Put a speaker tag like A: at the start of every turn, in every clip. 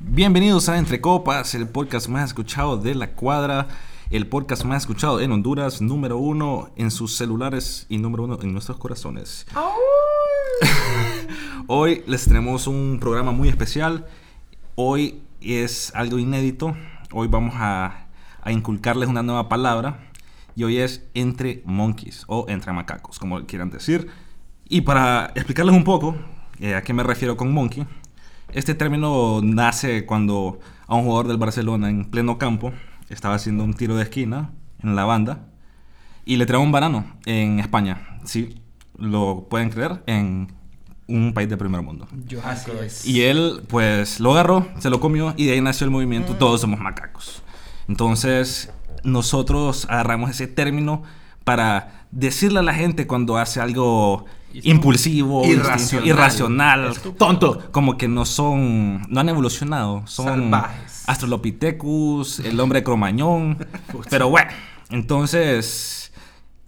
A: Bienvenidos a Entre Copas, el podcast más escuchado de la cuadra, el podcast más escuchado en Honduras, número uno en sus celulares y número uno en nuestros corazones. Hoy les tenemos un programa muy especial. Hoy es algo inédito. Hoy vamos a, a inculcarles una nueva palabra. Y hoy es entre monkeys o entre macacos, como quieran decir. Y para explicarles un poco eh, a qué me refiero con monkey, este término nace cuando a un jugador del Barcelona en pleno campo estaba haciendo un tiro de esquina en la banda y le trae un banano en España. Sí, lo pueden creer, en un país de primer mundo.
B: Yo
C: Así
B: creo
C: es.
A: Y él, pues, lo agarró, se lo comió y de ahí nació el
C: Mm.
A: movimiento Todos somos macacos. Entonces, nosotros agarramos ese término para decirle a la gente cuando hace algo
B: Estúpido.
A: impulsivo,
C: Irracional.
A: instintivo, irracional,
B: Estúpido.
A: tonto, como que no son, no han evolucionado, son
C: Salvajes.
A: Australopithecus, el hombre de cromañón, pero bueno, entonces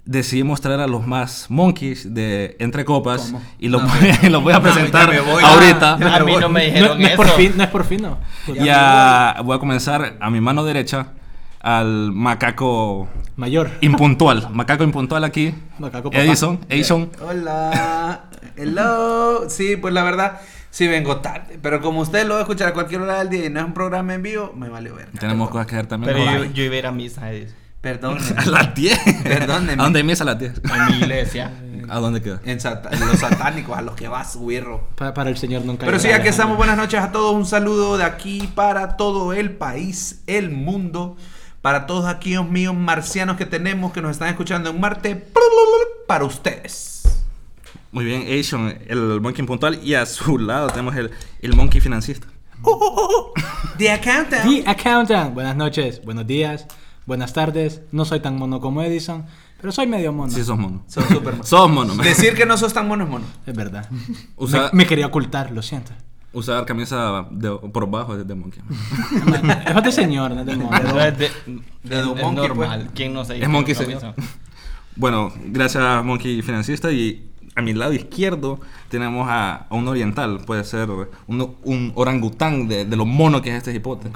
A: decidimos traer a los más monkeys de Entre Copas
B: ¿Cómo?
A: y los
C: No,
A: voy, los voy a
C: no, ya
A: presentar
C: me voy. Ah,
A: ahorita.
C: Ya
B: A mí no me
C: Pero bueno. No,
B: dijeron eso.
C: no es por fin,
B: no es por fin, no.
A: Y a- voy a comenzar a mi mano derecha al macaco
B: Mayor.
A: impuntual. Macaco impuntual aquí.
B: Macaco papá.
A: Edison, Edison.
C: Hola. Hello. Sí, pues la verdad, sí vengo tarde. Pero como usted lo va a escuchar a cualquier hora del día y no es un programa en vivo, me vale ver.
A: Tenemos cosas que hacer también.
B: Pero yo,
A: Ay,
B: yo iba a ir a misa Edison.
C: Perdón.
A: A las 10.
C: Perdóneme.
A: ¿A dónde empieza a las 10?
D: Eh.
B: En mi iglesia.
A: ¿A dónde queda?
C: en sata- los satánicos, a los que vas, güirro.
B: para, para el señor nunca.
C: Pero sí,
B: llegará.
C: aquí estamos. Buenas noches a todos. Un saludo de aquí para todo el país, el mundo. Para todos aquellos míos marcianos que tenemos que nos están escuchando en Marte. Para ustedes.
A: Muy bien, Edison, el monkey impuntual. Y a su lado tenemos el, el monkey financista.
C: Oh, The accountant.
B: The Accountant. Buenas noches, buenos días, buenas tardes. No soy tan mono como Edison, pero soy medio mono.
A: Sí, sos mono.
C: Son súper monos.
A: Sos mono. man.
C: Decir que no sos tan mono es mono.
B: Es verdad.
A: Usa-
B: me, me quería ocultar, lo siento.
A: Usar camisa de- por bajo es de monkey.
B: Es de señor, no es de mono.
D: Pero es de,
C: De
D: es-
C: Don
D: es
C: Monkey,
D: normal.
C: pues.
D: ¿Quién no se
A: Es Monkey,
D: lo
A: señor.
D: mismo?
A: Bueno, gracias Monkey Financista y a mi lado izquierdo tenemos a, a un oriental, puede ser un, un orangután de, de lo mono que es este hipote.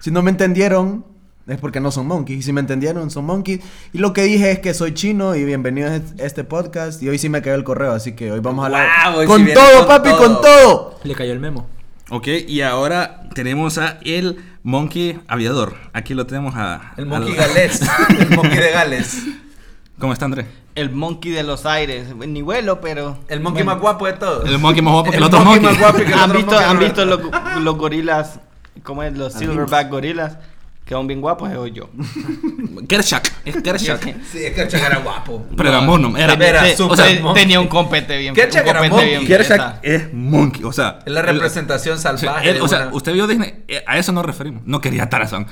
E: Si no me entendieron, es porque no son monkeys. Y si me entendieron, son monkeys. Y lo que dije es que soy chino y bienvenidos a est- este podcast. Y hoy sí me cayó el correo, así que hoy vamos a hablar.
C: Wow, hoy sí
E: con
C: viene
E: todo,
C: con
E: papi,
C: todo.
E: con todo.
B: Le cayó el memo.
A: Ok, y ahora tenemos a el Monkey Aviador. Aquí lo tenemos a...
C: El
A: al-
C: monkey galés. El monkey de Gales.
A: ¿Cómo está André?
D: El monkey de los aires. Pues, Ni vuelo, pero.
C: El monkey
D: Bueno.
C: más guapo de todos.
A: El Monkey más guapo que
C: El
A: el otro
C: monkey
A: Monkey.
C: más guapo. que el
D: ¿Han
C: otro
D: visto,
C: monkey
D: han
C: no-
D: visto los, los gorilas? ¿Cómo es? Los silverback gorilas. Que son bien guapos, soy yo.
A: Kershak. Es Kershak.
C: Sí, es que el Chac era guapo.
A: Pero era mono. Era,
C: Era
D: Sí,
C: súper
D: o sea,
C: monkey.
D: tenía un compete bien.
C: ¿Qué
D: un
C: chacara
D: compete
C: monkey?
D: bien
A: Kershak
D: fiesta.
A: es Monkey. O sea...
C: Es la
A: él-
C: representación
A: o sea,
C: salvaje.
A: él-
C: de
A: o sea,
C: una-
A: usted vio Disney, eh, a eso nos referimos. No quería Tarzan.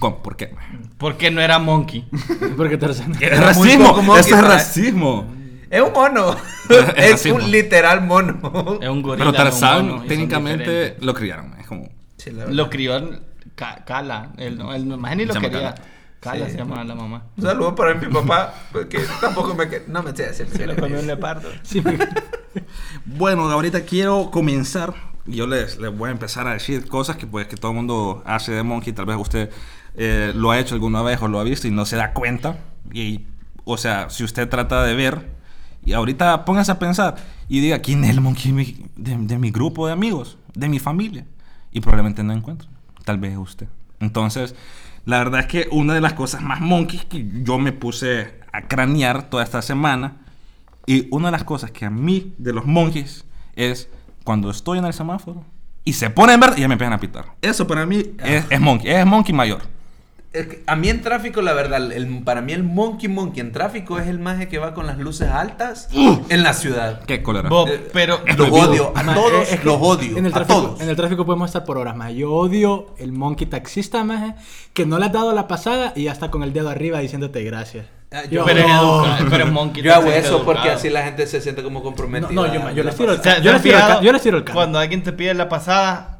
A: ¿Cómo? ¿Por qué?
D: ¿Por qué no era monkey?
B: Porque Tarzán.
A: Es
C: Era muy
A: racismo,
C: poco monkey,
A: eso es
C: ¿verdad?
A: racismo.
C: Es un mono.
A: Es
C: es
A: racismo.
C: un literal mono.
D: Es un
A: Pero
D: gorila. no un
A: Tarzán
D: mono, y son
A: técnicamente
D: diferentes.
A: lo criaron, es como
C: Sí, la verdad.
D: Lo crió en Ca- Cala. Él, no- él no- más ni lo
A: Se llama
D: quería.
A: Cala.
D: Cala
C: Sí.
D: se llamaba la mamá.
C: Un saludo para mi papá, porque tampoco me... que- No me sé decir.
D: Se lo comió un leopardo.
B: Sí, me-
A: Bueno, ahorita quiero comenzar. Yo les, les voy a empezar a decir cosas que pues que todo el mundo hace de Monkey. Tal vez usted eh, lo ha hecho alguna vez o lo ha visto y no se da cuenta. Y, o sea, si usted trata de ver, y ahorita póngase a pensar y diga, ¿quién es el Monkey de mi, de- de mi grupo de amigos? De mi familia. Y probablemente no encuentre. Tal vez usted. Entonces, la verdad es que una de las cosas más monkeys que yo me puse a cranear toda esta semana y una de las cosas que a mí de los monjes es cuando estoy en el semáforo y se ponen verde y ya me empiezan a pitar. Eso para mí es, es monkey, es monkey mayor.
C: Es que a mí en tráfico, la verdad, el- para mí el monkey monkey en tráfico es el maje que va con las luces altas en la ciudad.
A: Qué cólera.
D: Bob, pero.
C: Eh, Los odio, a
B: Ma,
C: todos
B: eh, es que
C: los odio,
B: En el,
C: a
B: tráfico,
C: todos.
B: en el tráfico podemos estar por horas, más. Yo odio el monkey taxista, más, que no le has dado la pasada y ya está con el dedo arriba diciéndote gracias.
C: Ah, yo-
B: Yo-
D: Pero es
B: no.
D: educado, pero es monkey.
C: Yo hago
D: entonces es
C: eso porque
D: educado.
C: así la gente se siente como comprometida.
B: No, no, yo- yo les
C: tiro
B: tiro el
D: O sea,
B: Yo
D: ¿te
B: les
D: has
B: tiro el
D: fijado
B: ca- yo les tiro el carro.
D: Cuando alguien te pide la pasada,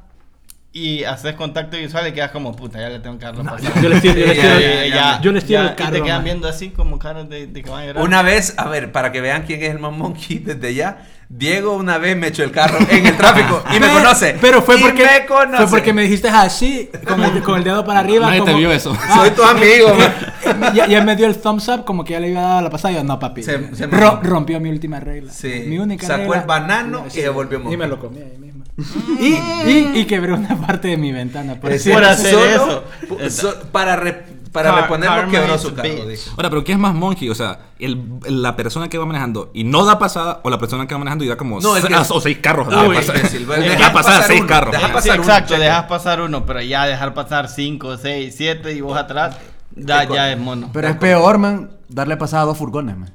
D: y haces contacto visual y quedas como puta, ya le tengo que dar la
B: No,
D: pasada.
B: yo les tiro- yo les
D: Ya,
C: tiro-
D: ya, ya,
B: yo les tiro
D: ya,
B: el carro,
D: Y te quedan
B: man.
D: viendo así como caras de, de que van a llorar.
C: Una vez, a ver, para que vean quién es el más monkey desde ya, Diego una vez me echó el carro en el tráfico y me
B: Pero-
C: conoce.
B: Pero fue
C: Y
B: porque,
C: me conoce.
B: fue porque me dijiste así, con el, con el dedo para arriba.
F: Nadie te
B: como-
F: vio eso.
C: Soy tu amigo. man.
B: ya, ya me dio el thumbs up, como que ya le iba a dar la pasada. y yo, no, papi.
C: Se- se
B: Ro-
C: mamó.
B: rompió mi última regla.
C: Sí.
B: Mi única
C: Sacó
B: regla.
C: el banano y devolvió
B: Y
C: monkey.
B: me lo comí ahí mismo. y, y, y quebré una parte de mi ventana. Por
C: Es
B: eso.
D: Por
C: decir,
D: hacer
C: solo-
D: eso.
C: pu- so- para re- para
D: Car-
C: reponerlo
D: karma
C: quebró
D: is
C: su
D: a
C: carro.
D: bitch.
C: dijo.
A: Ahora, pero ¿qué es más monkey? O sea, el- la persona que va manejando y no da pasada o la persona que va manejando y da como
C: No, el que-
A: seis, o seis carros.
C: Ah,
A: Deja
C: güey,
A: pasar-
C: imbécil, güey.
A: deja
C: Deja
A: pasar
C: pasar
A: seis
C: uno,
A: carros.
C: deja
A: man.
C: pasar
D: sí,
C: uno,
D: exacto,
C: checa.
D: dejas pasar uno, pero ya dejar pasar 5, 6, 7 y vos atrás, da, ya es mono.
E: Pero es peor, man, darle pasada a dos furgones, man.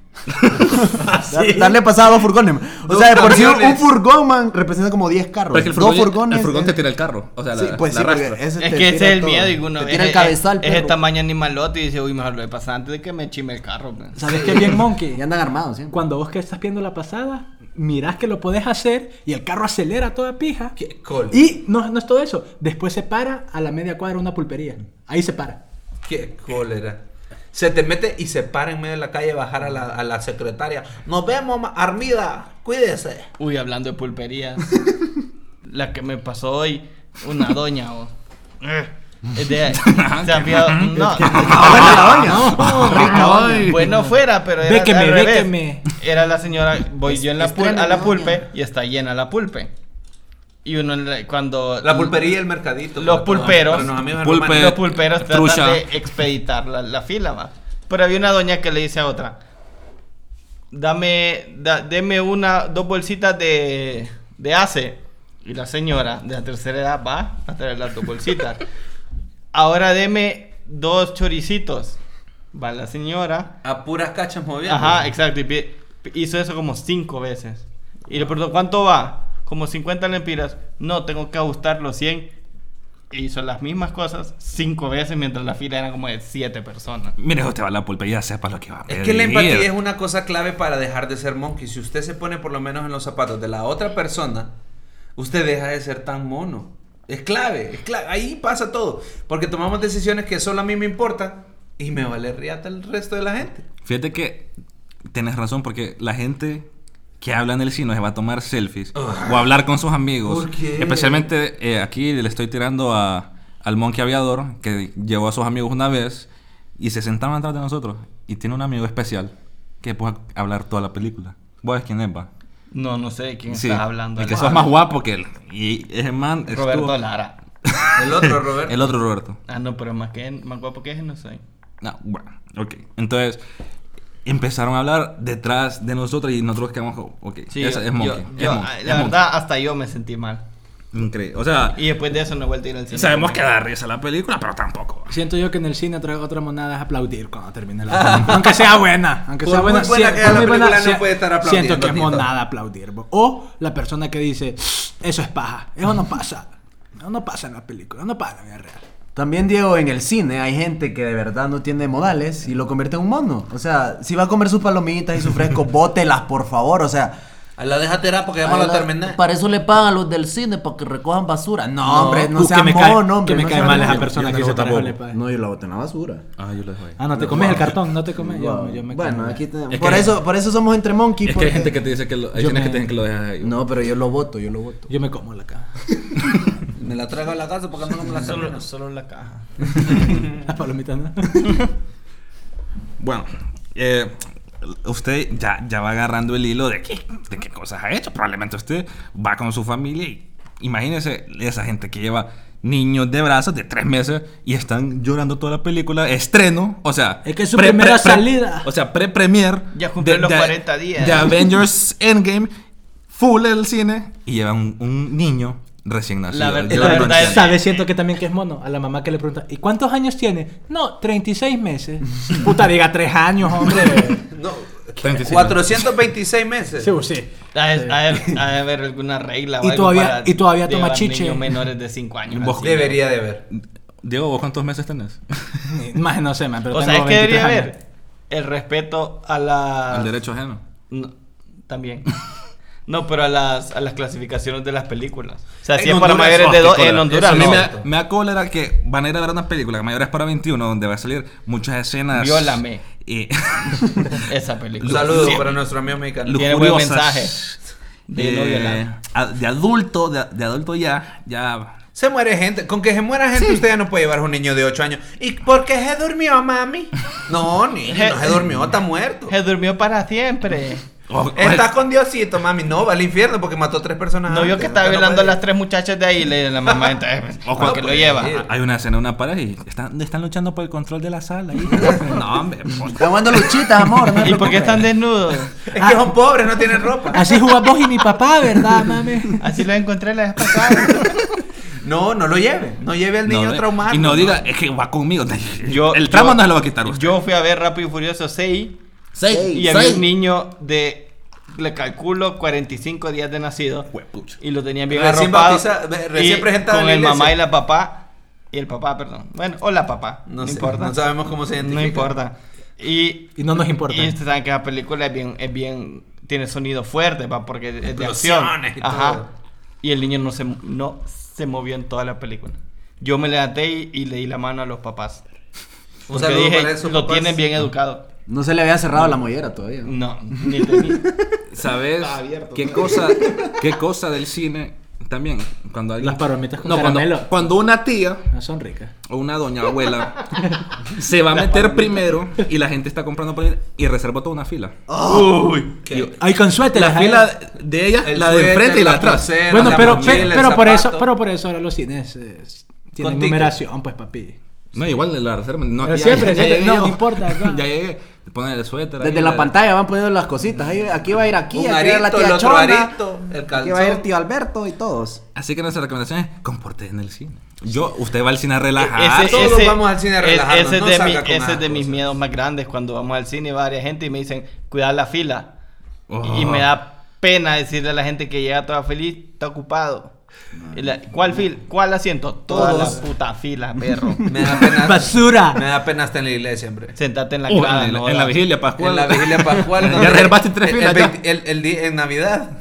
E: Da- Darle pasada a dos furgones, man. O
C: Dos
E: sea, de por sí un
C: camiones.
E: furgón, man, representa como 10 carros.
A: Pero es que el
E: dos
A: furgón,
E: furgones.
A: el furgón
E: es-
A: te tira el carro. O sea,
E: Sí,
A: la,
E: pues
A: la
E: sí, porque
A: arrastra.
E: ese
D: Es
E: te
D: que ese
E: tira
D: es el
E: todo.
D: miedo y uno
E: Te
D: es,
E: tira el
D: es-
E: cabezal, pues,
D: es el
E: perro.
D: tamaño animalote y dice, uy, mejor lo he pasado antes de que me chime el carro. man".
B: ¿Sabes qué es bien, Monkey?
E: Y andan armados, ¿sí?
B: Cuando vos que estás viendo la pasada, mirás que lo podés hacer y el carro acelera toda pija.
C: Qué col-
B: Y no, no es todo eso. Después se para a la media cuadra una pulpería. Ahí se para.
C: Qué cólera. Se te mete y se para en medio de la calle a bajar a la, a la secretaria. Nos vemos, ma- Armida. Cuídese.
D: Uy, hablando de pulperías. la que me pasó hoy, una doña, o.
C: Eh.
D: Es de-
C: Ah,
D: se ha fijado- No,
E: Ah,
D: Ah.
F: Ay.
D: bueno fuera, pero era
B: Béqueme,
D: al revés.
B: béqueme.
D: Era la señora, voy yo en la pul-
E: Estrena
D: a la
E: doña.
D: pulpe y está llena la pulpe. Y uno en la- cuando
C: La pulpería y el mercadito.
D: Los
C: para todos-
D: pulperos.
C: para los amigos
A: Pulpe.
C: hermanos.
D: los pulperos tratan
A: trucha.
D: de expeditar la, la fila, va. Pero había una doña que le dice a otra, dame, da- deme una, dos bolsitas de, de ace. Y la señora de la tercera edad va a traer las dos bolsitas. Ahora deme dos choricitos. Va la señora.
C: A puras cachas moviendo.
D: Ajá, exacto. Y pi- pi- hizo eso como cinco veces. Y le preguntó, ¿cuánto va? Como 50 lempiras. No, tengo que ajustar los 100. E hizo las mismas cosas cinco veces mientras la fila era como de siete personas.
A: Mire, usted va a la pulpería, sepa lo que va a pedir.
C: Es que la empatía es una cosa clave para dejar de ser monkey. Si usted se pone por lo menos en los zapatos de la otra persona, usted deja de ser tan mono. Es clave, es clave. Ahí pasa todo. Porque tomamos decisiones que solo a mí me importan y me vale riata el resto de la gente.
A: Fíjate que tenés razón porque la gente que habla en el cine se va a tomar selfies o a hablar con sus amigos.
C: ¿Por qué?
A: Especialmente eh, aquí le estoy tirando a, al monkey aviador que llevó a sus amigos una vez y se sentaron atrás de nosotros y tiene un amigo especial que puede hablar toda la película. ¿Vos sabés quién es, va?
D: No, no sé de quién
A: Sí.
D: estás hablando.
A: El que
D: la
A: sos
D: verdad.
A: más guapo que él. Y ese man
D: Roberto
A: estuvo-
D: Lara.
C: El otro, Roberto.
A: El otro Roberto.
D: Ah, no, pero más, que, más guapo que ese no soy.
A: No, bueno, ok. Entonces, empezaron a hablar detrás de nosotros y nosotros quedamos como, ok,
D: Sí,
A: esa es
D: yo-
A: monkey.
D: yo-
A: es
D: ah,
A: monkey,
D: la
A: es monkey.
D: verdad, hasta yo me sentí mal.
A: Increíble. O sea,
D: Y después de eso no he vuelto a ir al cine.
A: sabemos que da risa la película, pero tampoco.
B: Siento yo que en el cine otra, otra monada es aplaudir cuando termina la película. aunque sea buena. Aunque
C: Por
B: sea
C: muy
B: buena,
C: buena
B: sien-
C: que sea
B: por
C: la
B: muy
C: película, no
B: sien-
C: puede estar aplaudiendo,
B: Siento que es
C: Tito.
B: monada aplaudir. bo. O la persona que dice, eso es paja. Eso no pasa. Eso no pasa en la película. No pasa en la vida real.
E: También, Diego, en el cine hay gente que de verdad no tiene modales y lo convierte en un mono. O sea, si va a comer sus palomitas y su fresco, bótelas, por favor. O sea,
C: A la deja terapia porque ya me la terminé.
E: para eso le pagan a los del cine, para que recojan basura. No, hombre, no
B: Uh,
E: sea
B: que me cae,
E: mono, hombre.
B: que me
E: no
B: cae
E: sea
B: mal
E: mono.
B: esa persona
A: yo
B: que
A: no
B: se
A: lo
B: parejo
A: tapo.
B: le paga.
E: No, yo la boté en la basura.
A: Ah, yo lo dejo ahí.
B: Ah, no te comes el cartón, no te comes. Yo, yo me
E: bueno,
B: como-
E: aquí tenemos.
A: Es
E: por,
A: que-
E: eso, por eso somos entre monkey.
A: Es que hay
E: porque-
A: gente que te dice que lo, hay
B: Yo
A: cines que
B: me-
A: te dicen que lo dejas ahí.
E: No, pero yo lo voto, yo lo voto.
B: Yo me como la cara.
C: Me la traigo a la casa porque no me la termino.
D: Solo, solo en la caja.
B: Las palomitas, ¿no?
A: Bueno, eh, usted ya, ya va agarrando el hilo de qué, de qué cosas ha hecho. Probablemente usted va con su familia y imagínese esa gente que lleva niños de brazos de tres meses y están llorando toda la película, estreno, o sea...
B: Es que es su primera salida.
A: O sea, pre-premier.
D: Ya cumplió
A: de-
D: los
A: de-
D: 40 días.
A: De Avengers Endgame, full el cine y lleva un, un niño recién nacido.
D: ver-
A: Yo
D: la
A: no
D: verdad
A: entiendo.
D: es-
B: ¿Sabes? Siento que también que es mono. A la mamá que le pregunta, ¿y cuántos años tiene? No, 36 meses. Puta, diga 3 años, hombre.
C: No,
A: 35.
C: 426 meses.
B: Sí, pues sí.
D: Ha de- ha de- ha de haber alguna regla. o
B: Y
D: algo
B: todavía-
D: para
B: y todavía toma
D: llevar
B: chiche.
D: niños menores de 5 años.
A: Vos
D: al cine.
C: Debería de haber.
A: Diego, ¿vos cuántos meses tenés?
B: Más no sé, man, pero
D: o sea, es
B: tengo
D: que debería
B: 23 años. Ah.
D: haber el respeto a la...
A: Al derecho ajeno.
D: No, también. No, pero a las, a las clasificaciones de las películas. O sea,
A: En
D: si es para
A: Honduras,
D: mayores de
A: hostia,
D: dos en
A: cólera.
D: Honduras,
A: Eso a mí
D: no.
A: me, da, me da cólera que van a ir a ver una película que mayores para 21, donde va a salir muchas escenas. eh,
D: Viólame.
A: Y
D: Esa
C: Un
D: película.
C: saludo
D: Sí.
C: para nuestro amigo mexicano.
D: Tiene buen
A: lujuriosas,
D: mensaje de
A: De,
D: no violar.
A: a- de adulto, de, de adulto ya, ya.
C: Se muere gente. Con que se muera gente, usted ya no puede llevar a un niño de 8 años. ¿Y por qué se durmió, mami? No, niño, no se durmió, está muerto.
D: Se durmió para siempre.
A: Oh,
C: Está con Diosito, mami. No, va al infierno porque mató a tres
A: Ah,
C: personas.
D: No vio
C: antes,
D: que estaba
C: usted no
D: violando a
C: puede.
D: las tres muchachas de ahí, le dice la mamá, entonces,
A: O
D: ¿por
A: cuando-
D: qué lo lleva?
C: Sí.
A: Hay una escena, una pared y están, están luchando por el control de la sala. ahí. no, hombre. por-
E: Tomando luchitas, amor. no te
D: ¿Y por
E: preocupes.
D: qué están desnudos?
C: Es que son pobres, no tienen ropa.
B: Así jugás vos y mi papá, ¿verdad, mami?
D: Así lo encontré la vez pasada.
C: No, no lo lleve. No lleve al
A: no,
C: niño
A: eh,
C: traumado.
A: Y no diga, es que va conmigo.
D: Yo-
A: el tramo
D: yo-
A: no se lo va a quitar usted.
D: Yo fui a ver Rápido y Furioso 6
A: Sí,
E: Ey,
D: y había
E: sí.
D: un niño de, le calculo, 45 días de nacido.
A: Huepucha.
D: Y lo tenían bien
C: Recién
D: arropado.
C: bautiza- ve- recién
D: y
C: presentado en
D: Con
C: la
D: el
C: iglesia.
D: mamá y la papá. Y el papá, perdón. Bueno, o la papá. No,
C: No, sé,
D: importa.
C: no sabemos cómo se identifica.
D: No importa. Y,
B: Y no nos importa.
D: y este ustedes saben que la película es bien, es bien, tiene sonido fuerte, va, porque es de acción.
C: Explosiones y todo.
D: Ajá. Y el niño no se, no se movió en toda la película. Yo me levanté y, y le di la mano a los papás.
C: Un
D: Porque
C: saludo
D: dije,
C: para esos
D: lo
C: papás".
D: tienen bien educado.
E: No se le había cerrado la mollera todavía.
D: No, ni tenía.
A: ¿Sabes?
D: Está abierto,
A: ¿Qué
D: ¿no?
A: cosa, qué cosa del cine también? Cuando alguien-
B: Las palomitas con
A: no, cuando,
B: caramelo.
A: cuando una tía
B: No Ah, son ricas.
A: o una doña abuela se va a meter primero y la gente está comprando por ahí y reserva toda una fila.
C: Uy, qué-
B: Ay, con suerte
A: la fila de ella,
C: El
A: la de
C: suéter,
A: enfrente y la de atrás.
C: pulsera,
B: Bueno,
C: la
B: pero,
C: mochila,
B: pe-
C: el
B: pero por eso,
C: zapato.
B: pero por eso ahora los cines eh, tienen
C: ticket.
B: numeración, pues papi.
A: No, igual la reserva. No,
B: Pero
A: aquí
B: siempre, siempre,
A: llegué
B: no,
A: yo.
B: no importa, claro.
A: Ya llegué. Te ponen el suéter. ahí,
E: Desde la pantalla van poniendo las cositas. ahí, Aquí va a ir aquí,
C: Un
E: aquí va a ir la
C: arito,
E: tía
C: el otro
E: Chona,
C: arito, el
E: Aquí va a
C: calzón.
E: ir tío Alberto y todos.
A: Así que nuestra recomendación es comporte en el cine. Yo, usted va al cine a relajar.
D: Ese-
C: Ah, todos
D: ese-
C: vamos al cine a
D: es-
C: relajarnos,
D: Ese es
C: no
D: de,
C: salga
D: mi-
C: con
D: ese es
C: esas
D: de mis
C: cosas.
D: miedos más grandes cuando vamos al cine, va varias gente y me dicen, cuidar la fila.
A: Oh.
D: Y me da pena decirle a la gente que llega toda feliz, está ocupado. Y la- ¿Cuál fila? ¿Cuál asiento? Toda
C: Todas.
D: la puta fila, perro.
C: Me da pena.
B: Basura.
C: Me da pena estar en la iglesia, hombre.
D: Sentate en la
A: Uh,
D: grada,
A: en, la,
D: no
A: en la
D: jodas.
A: vigilia pascual.
C: En la vigilia pascual.
A: ya reservaste tres
C: el-
A: filas.
C: El,
A: ya.
C: veinte- el- el día- en Navidad.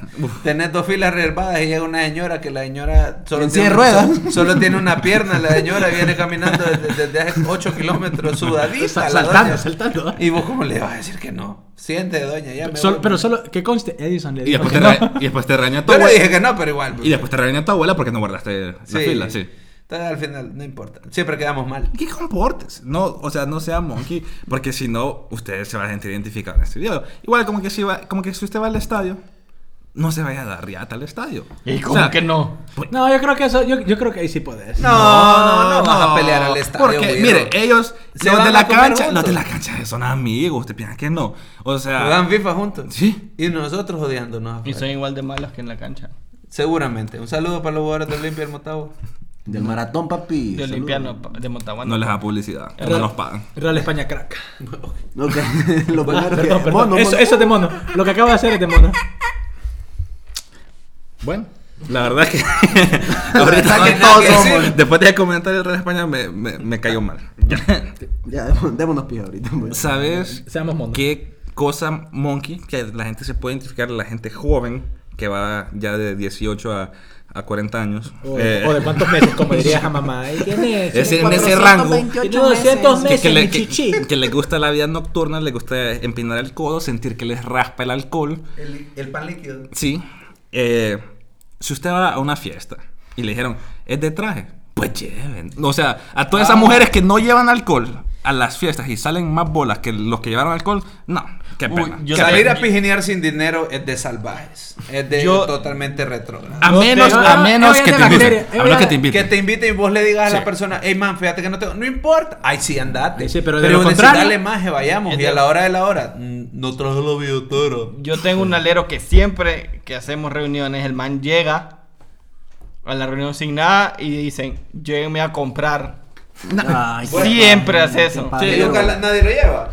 C: Tenés dos filas reservadas y llega una señora que la señora solo,
E: En
C: tiene,
E: silla de ruedas.
C: solo, solo tiene una pierna. La señora viene caminando desde, desde hace 8 kilómetros sudadita.
B: Sa-
C: la
B: saltando,
C: doña.
B: saltando.
C: Y vos, ¿cómo le vas a decir que no? Siente, doña, ya me
B: Solo-
C: voy.
B: pero solo, que conste, Edison le
A: Y
B: dijo
A: después,
B: que
A: te
B: no.
A: re- y después te regaña tu
C: Yo le
A: abuela.
C: dije que no, pero igual. pues.
A: Y después te regaña tu abuela porque no guardaste la fila, sí.
C: Entonces, al final, no importa. Siempre quedamos mal.
A: ¿Qué comportes? No, o sea, no sea monkey, porque si no, usted se va a sentir identificado en este video. Igual como que si va, como que si usted va al estadio, no se vaya a dar riata al estadio.
D: ¿Y
A: O
D: cómo
A: sea,
D: que no?
B: No, yo creo que eso, yo, yo creo que ahí sí podés.
C: No, no, no, vas a pelear al estadio.
A: Porque,
C: güey,
A: mire,
C: no.
A: ellos,
C: Se
A: los
C: van
A: de
C: a
A: la
C: comer
A: cancha,
C: juntos.
A: los de la cancha son amigos, usted piensa que no. O sea,
C: Juegan FIFA juntos.
A: Ah. Sí.
C: Y nosotros odiándonos.
D: Y
C: afuera.
D: son igual de malos que en la cancha.
C: Seguramente. Un saludo para los jugadores de Olimpia del Motagua.
E: Del maratón, papi.
D: De
E: Saludos.
D: Olimpiano, pa- de Montaguano.
A: no les da publicidad,
B: Real-
A: no nos pagan.
B: Real España crack.
E: Ok, Lo primero que-
B: Perdón, perdón.
E: Mono,
B: eso,
E: mono.
B: eso es de mono. Lo que acabo de hacer es de mono.
A: Bueno, la verdad que.
C: verdad
A: ahorita
C: que
A: que
C: nada
A: todos
C: que decir.
A: somos- Después de comentar el Real España me, me, me cayó mal.
E: Ya, démonos démonos pija ahorita. pues.
A: ¿Sabes
B: Seamos monos.
A: qué cosa monkey que la gente se puede identificar? La gente joven que va ya de 18 a, a 40 años.
B: O,
A: Eh,
B: o de cuántos meses, como dirías a mamá. Ahí tiene.
A: Es en
B: tiene
A: ese
B: 400
A: rango.
B: Tiene 200
A: que,
B: meses,
A: que le,
B: mi chichi.
A: que- que le gusta la vida nocturna, le gusta empinar el codo, sentir que les raspa el alcohol.
C: El, pan líquido.
A: Sí. eh, si usted va a una fiesta y le dijeron, es de traje, pues lleven. O sea, a todas esas mujeres que no llevan alcohol a las fiestas y salen más bolas que los que llevaron alcohol, no, qué
D: Uy,
A: pena.
D: yo
A: qué
C: Salir
A: pena.
C: a pijinear sin dinero es de salvajes. Es de
D: Yo- Ah,
C: totalmente retrógrado.
A: A
B: No
A: menos,
B: te va-
A: a menos
B: Eh,
A: que
B: oye,
A: te inviten.
B: bacteria,
A: A menos
B: eh,
A: que te
B: oye,
A: inviten.
C: Que te inviten y vos le digas a
A: Sí.
C: la persona, hey man, fíjate que no tengo. No importa. Ay, sí, andate.
B: Ay, sí, pero de lo
C: vos decís,
B: contrario-
C: dale más, que vayamos.
D: Es
C: Y
D: de-
C: a la hora de la hora, "Mm, no traje la billetera.
D: Yo tengo un alero que siempre que hacemos reuniones, el man llega a la reunión sin nada y dicen, llévenme a comprar.
E: Ay,
D: Siempre hace
E: qué
D: eso.
E: padre.
C: Y nunca la- nadie lo lleva.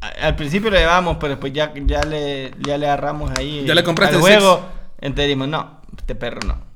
D: A- Al principio lo llevamos, pero después ya, ya, le, ya le agarramos ahí
A: Ya le compraste el
D: al juego. Entonces dijimos, no, este perro no.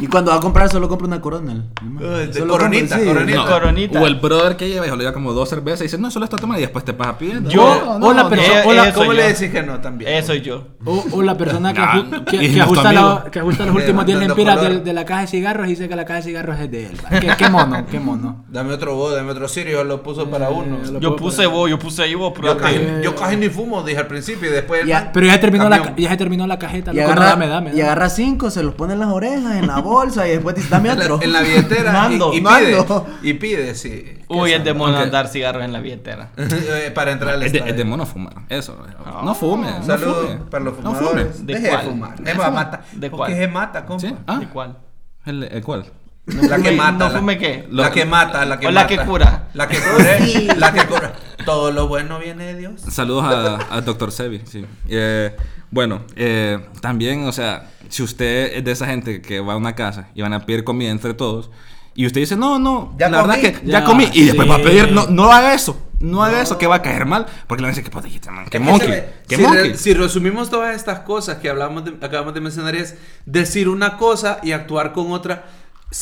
E: Y cuando va a comprar, solo compra una coronel.
C: Eh, de
E: Solo
C: coronita,
E: compra- sí.
C: coronita.
A: No,
D: Coronita.
A: O el brother que lleva, hijo, le lleva como dos cervezas y dice, no, solo esta toma y después te pasa pidiendo.
B: Yo-
A: Oye,
B: o la perso-
D: eh,
B: o la-
D: eh, soy
C: ¿Cómo le
D: yo.
C: decís que no también?
D: Eso soy yo.
B: O, o la persona que,
A: Nah,
B: aju- que-
A: y
B: que
A: es nuestro
B: ajusta la-
A: amigo.
B: que ajusta los últimos 10
C: Dando
B: lempiras
C: color.
B: de, de la caja de cigarros y dice que la caja de cigarros es de él. ¿va? Qué, qué mono, qué mono.
C: Dame otro vos, dame otro sirio, lo puso para uno.
B: lo
C: Yo,
D: Yo
B: puedo
D: puse
B: poner.
D: vos, yo puse ahí vos, pero
C: casi,
B: eh,
C: yo casi ni fumo, dije al principio, y después.
B: Ya- pero ya se terminó, la, ca-
C: Camión.
B: ya se terminó la cajeta.
E: Y
B: loco, no,
E: agarra,
B: dame, dame.
E: y
B: dame.
E: agarra cinco, se los pone en las orejas, en la bolsa y después dice, dame
C: En la-
E: otro.
C: en la billetera
E: Mando,
C: y, y
E: mando.
C: pide. Y pide, sí.
D: Uy, es de mono
A: aunque-
D: andar cigarros en la billetera.
C: Eh, para entrar al
A: Es de,
C: estadio.
A: es de mono fumar. Eso.
D: Ah.
A: No fumes. no
C: Saludos
A: fumes.
C: para los
A: No
C: fumadores.
A: fumes.
D: ¿De
C: Deje
D: cuál?
C: de fumar.
D: ¿De
C: Es
D: cuál?
C: mata.
D: ¿De cuál?
C: Porque es mata, compa.
A: ¿Sí? Ah.
D: ¿De cuál?
A: ¿El, el cuál?
C: La que
D: fume-
C: mata.
D: no
C: la-
D: fume qué?
C: La
A: Lo-
C: que mata, la que
D: o la
C: mata.
D: que cura.
C: La que cura. La que cura. Todo lo bueno viene de Dios.
A: Saludos a, a Dr. Sebi. Sí. Eh, bueno, eh, también, o sea, si usted es de esa gente que va a una casa y van a pedir comida entre todos y usted dice, no, no,
C: Ya
A: la
C: comí.
A: verdad es que ya,
B: Ya,
A: comí y después
B: sí.
A: va a pedir, no, no haga eso. No haga eso, que va a caer mal. Porque le van a decir, que puta, man, que
C: Es
A: monkey.
C: se ve-
A: Que
C: si,
A: monkey.
C: re- si resumimos todas estas cosas que hablamos de- acabamos de mencionar es decir una cosa y actuar con otra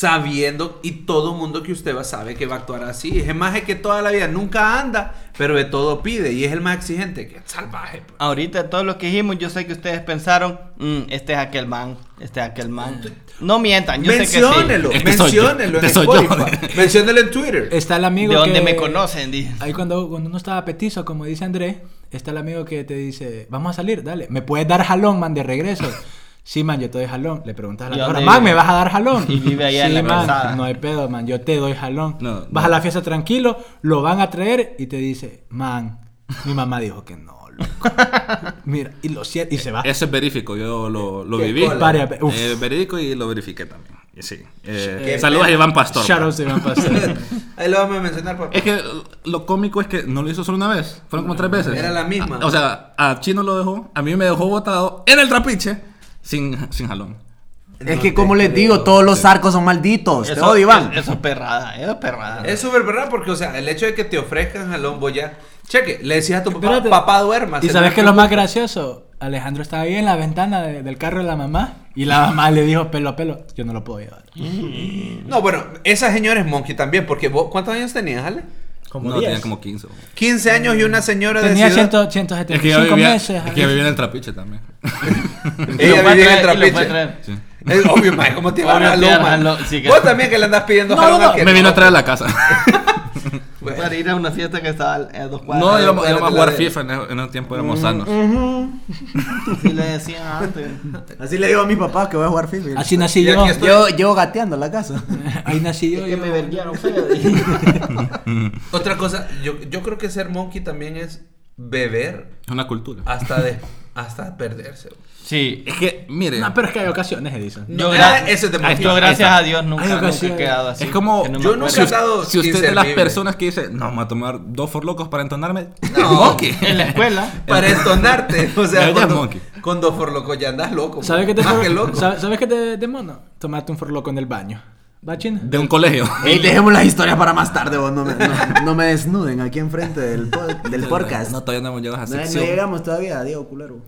C: sabiendo y todo mundo que usted va sabe que va a actuar así. Es el maje que toda la vida nunca anda, pero de todo pide y es el más exigente, que es salvaje. pues.
D: Ahorita todo lo que dijimos, yo sé que ustedes pensaron, "Mm, este es aquel man, este es aquel man. No mientan, yo
C: Menciónelo,
D: sé
A: Este soy yo,
C: menciónelo en
A: este soy yo.
C: Spotify, menciónelo en Twitter.
B: Está el
D: que sí.
B: amigo
D: De donde
B: que-
D: me conocen, dije.
B: Ahí cuando, cuando uno estaba petizo, como dice Andrés, está el amigo que te dice, vamos a salir, dale, ¿me puedes dar jalón, man, de regreso? Sí, man, yo te doy jalón. Le preguntas a
D: ¿Y
B: la hora,
D: dónde
B: man,
D: vive?
B: ¿me vas a dar jalón?
D: Y vive allá en
B: sí,
D: la
B: man,
D: calzada.
B: no hay pedo, man, yo te doy jalón.
A: No,
B: Vas
A: no.
B: a la fiesta tranquilo, lo van a traer y te dice, man, mi mamá dijo que no, loco. Mira, y lo cierra, y se va.
A: Ah, Eso es verífico, yo lo, lo
C: Qué
A: viví.
C: cola.
B: Varias ve- uf.
A: Eh, verídico y lo verifiqué también. Y Sí. Eh,
C: Qué
A: saludos a
C: pena.
A: Iván Pastor.
B: Shadow se van a pasar.
C: Ahí lo vamos a mencionar, papá.
A: Es que lo cómico es que no lo hizo solo una vez, fueron como tres veces.
C: Era la misma.
A: A- O sea, a Chino lo dejó, a mí me dejó botado en el trapiche sin, sin jalón.
E: Es que como les digo, todos los arcos son malditos. Te
D: Eso,
E: odio, Iván.
D: eso es perrada, eso es perrada.
C: Es súper verdad porque, o sea, el hecho de que te ofrezcan jalón, voy ya. Cheque, le decías a tu papá,
B: Espérate.
C: papá duerma.
B: ¿Y sabes qué es lo más gracioso? Alejandro estaba ahí en la ventana de- del carro de la mamá y la mamá le dijo pelo a pelo, yo no lo puedo llevar.
C: No, bueno, esa señora es monkey también, porque vos, ¿cuántos años tenías, Ale?
A: Como no, tenía como 15. o-
C: 15 años y
D: Mm,
C: una señora
B: Tenía
C: de ciudad.
B: 100,
A: Es que yo
B: 175
A: vivía,
B: meses.
A: es que yo vivía en el trapiche también.
C: Ella
D: fue a
C: vivía en
D: traer, y lo fue a
C: el trapiche.
D: traer.
A: Sí.
C: Es obvio, mae, ¿cómo te va a
D: Obvio,
C: dar
D: te
C: jalón,
D: va a
C: mae?
D: jalón, sí que-
C: Vos también que le andas pidiendo
B: No,
C: jalón
B: no,
C: a que
A: Me vino a traer a la casa.
C: Bueno,
D: Para ir a una fiesta que estaba a dos cuadras.
A: No, íbamos, íbamos
C: cuadra,
A: a
C: la
A: jugar
C: de-
A: FIFA en ese, en ese tiempo, éramos sanos.
D: Sí le decían antes.
E: Así le digo a mi papá que voy a jugar FIFA.
B: Así nací
C: Y
B: yo.
C: aquí estoy.
E: Yo llevo gateando en la casa.
B: Ahí nací yo.
D: que me
B: yo-
D: verguiaron feo.
C: Otra cosa, yo, yo creo que ser monkey también es beber
A: Es una cultura.
C: hasta de, hasta perderse.
D: Sí.
A: Es que, mire,
B: No, pero es que hay ocasiones, se dicen.
C: No,
D: Yo,
C: ah,
D: gra-
C: eso es de monkey.
D: yo gracias
A: Ahí
D: a Dios nunca,
B: Hay
D: nunca he
B: ocasiones.
D: quedado así.
A: es como...
D: que no me
C: yo
D: acuerdo.
A: si,
C: nunca he
A: us-
C: dado
A: si usted es de las
C: inservible.
A: personas que dice, no, me voy a tomar dos forlocos para entonarme,
C: No.
A: monkey.
D: En la escuela.
C: Para entonarte, o sea,
A: Ya, ya
C: cuando,
A: es monkey.
C: cuando for loco ya andas loco.
B: ¿Sabes qué te
C: Más que Ah, loco.
B: ¿Sabes sabes qué te de mono? Tomate un forloco en el baño. ¿Va, China?
A: De un colegio.
E: Ey, dejemos las historias para más tarde, vos. No me, no- no me desnuden aquí enfrente del, pod- del podcast.
A: No,
E: No,
A: todavía no hemos llegado a esa
E: no
A: sección.
E: llegamos todavía, Diego culero.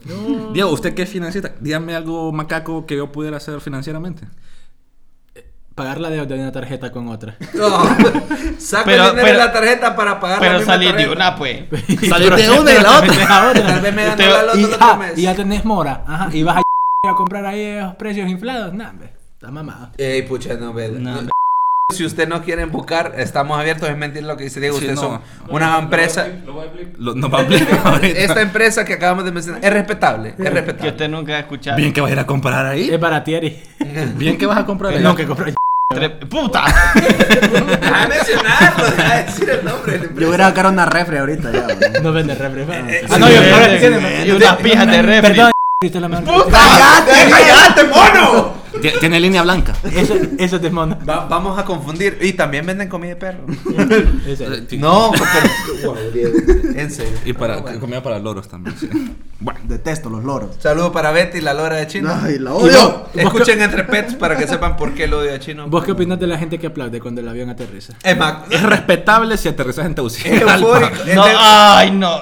A: Diego, ¿usted qué es financiera? Dígame algo macaco que yo pudiera hacer financieramente.
B: Pagar la deuda de una tarjeta con otra.
C: No, saca
D: Pero-
C: el dinero
D: pero-
C: de la tarjeta para pagar la
D: Pero
C: misma
D: salir de
C: tarjeta.
D: una, pues.
A: Salir de una y de la otra.
C: Tal vez me ganó
D: Usted-
C: la loto
B: y,
C: el otro
B: ah,
C: mes.
B: y ya tenés mora. Ajá. Y vas a, a comprar ahí esos precios inflados. Nah, hombre, Está mamado.
C: Ey, pucha, no, ve.
D: No.
C: Si usted no quiere buscar, estamos abiertos. Es mentir lo que dice Diego.
A: Sí,
C: Ustedes
A: no.
C: son una empresa.
A: Lo- no va a aplicar ahorita.
C: Esta empresa que acabamos de mencionar es respetable. Es
D: Que
C: respetable.
D: usted nunca ha escuchado.
A: Bien que vas a ir a comprar ahí.
B: Es baratieri.
A: Bien Eh, que vas a comprar ahí.
B: No, que compré.
D: Tre- ¡Puta!
C: Deja de mencionarlo, deja de decir el nombre de la
E: Yo
C: empresa.
E: voy a sacar una refre ahorita ya, güey.
B: No vende refri. va.
C: eh,
B: Ah, no,
C: sí,
B: yo
C: vende,
B: refri.
D: y unas pijas de refri.
B: Perdón, esta es la mejor.
C: ¡Cállate, cállate, mono!
A: Tie- Tiene línea blanca.
B: Eso, eso es desmono.
C: Va- vamos a confundir. Y también venden comida de perro.
A: Eh,
B: Ese.
C: No, pero- en serio.
A: Y para
C: Ah, bueno.
A: comida para loros también. sí. Bueno,
E: Detesto los loros.
C: Saludo para Betty, la lora de Chino.
E: Ay, la
B: Y
E: odio.
B: vos-
C: Escuchen entre pets para que sepan por qué el odio a Chino.
B: ¿Vos qué opinas de la gente que aplaude cuando el avión aterriza?
C: Es más,
A: es respetable si aterrizas en
C: es
A: Tegucigalpa.
C: eufórico. es
D: No,
C: de-
D: ay, no.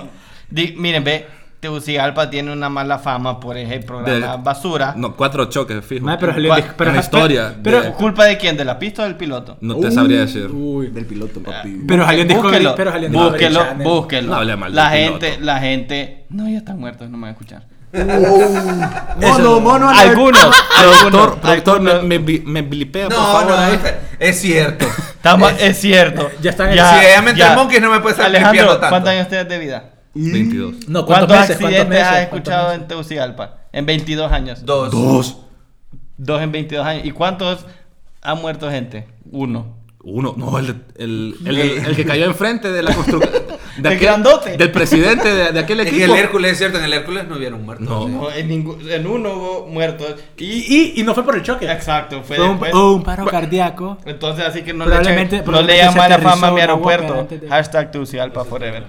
D: Di- miren, ve. Tegucigalpa tiene una mala fama por ese programa
A: De-
D: basura.
A: No, cuatro choques, fijo.
B: Ma, pero salió
D: ¿Cuál?
B: dis- pero-
A: Una historia
B: Pero,
A: de-
D: ¿Culpa de quién? ¿De la pista o del piloto? Ah.
A: No te sabría decir.
E: Uy, del piloto, papi.
B: pero salió en Discovery-
D: Búsquelo,
B: pero salió en Discovery
D: búsquelo,
B: Channel.
D: búsquelo.
A: No hable mal
D: la
A: del
D: gente,
A: piloto.
D: la gente, no, ya están muertos, no me van a escuchar.
E: mono, mono, alert.
B: Ah,
D: Algunos,
A: Productor,
D: algunos,
A: productor, me,
D: algunos.
A: me, bi- me blipea, por
C: No,
A: favor.
C: no,
A: ahí.
C: es cierto.
D: Estamos- es, cierto.
B: ya están-
C: si ella me entró monkeys, no me puede estar
D: Alejandro,
C: limpiando tanto.
D: ¿cuántos años tienes de vida?
A: 22.
B: No,
D: ¿Cuántos
B: ¿cuántos, meses?
D: accidentes
B: ¿Cuántos meses?
D: has
B: ¿Cuántos
D: escuchado
B: meses?
D: en Tegucigalpa? En 22 años.
C: Dos.
D: Dos en 22 años. ¿Y cuántos ha muerto gente? Uno.
A: Uno, no, el, el, el, el- el que cayó enfrente de la construcción.
D: El grandote.
A: Del presidente de, de aquel
C: En
A: equipo.
C: el Hércules, es cierto, en el Hércules no hubieron muertos.
A: No.
C: sí.
D: No, en, ningún- en uno hubo muertos. Y,
B: Y, y, y no fue por el choque.
D: exacto, pues. fue
B: Fue un,
D: después.
B: un paro cardíaco.
D: Entonces, así que no le
B: Probablemente-
D: echen- no le
B: probablemente
D: llaman
B: se
D: mala
B: aterrizó
D: fama a mi
B: una boca
D: aeropuerto.
B: antes de-
D: Hashtag
B: Pues
D: Tegucigalpa forever.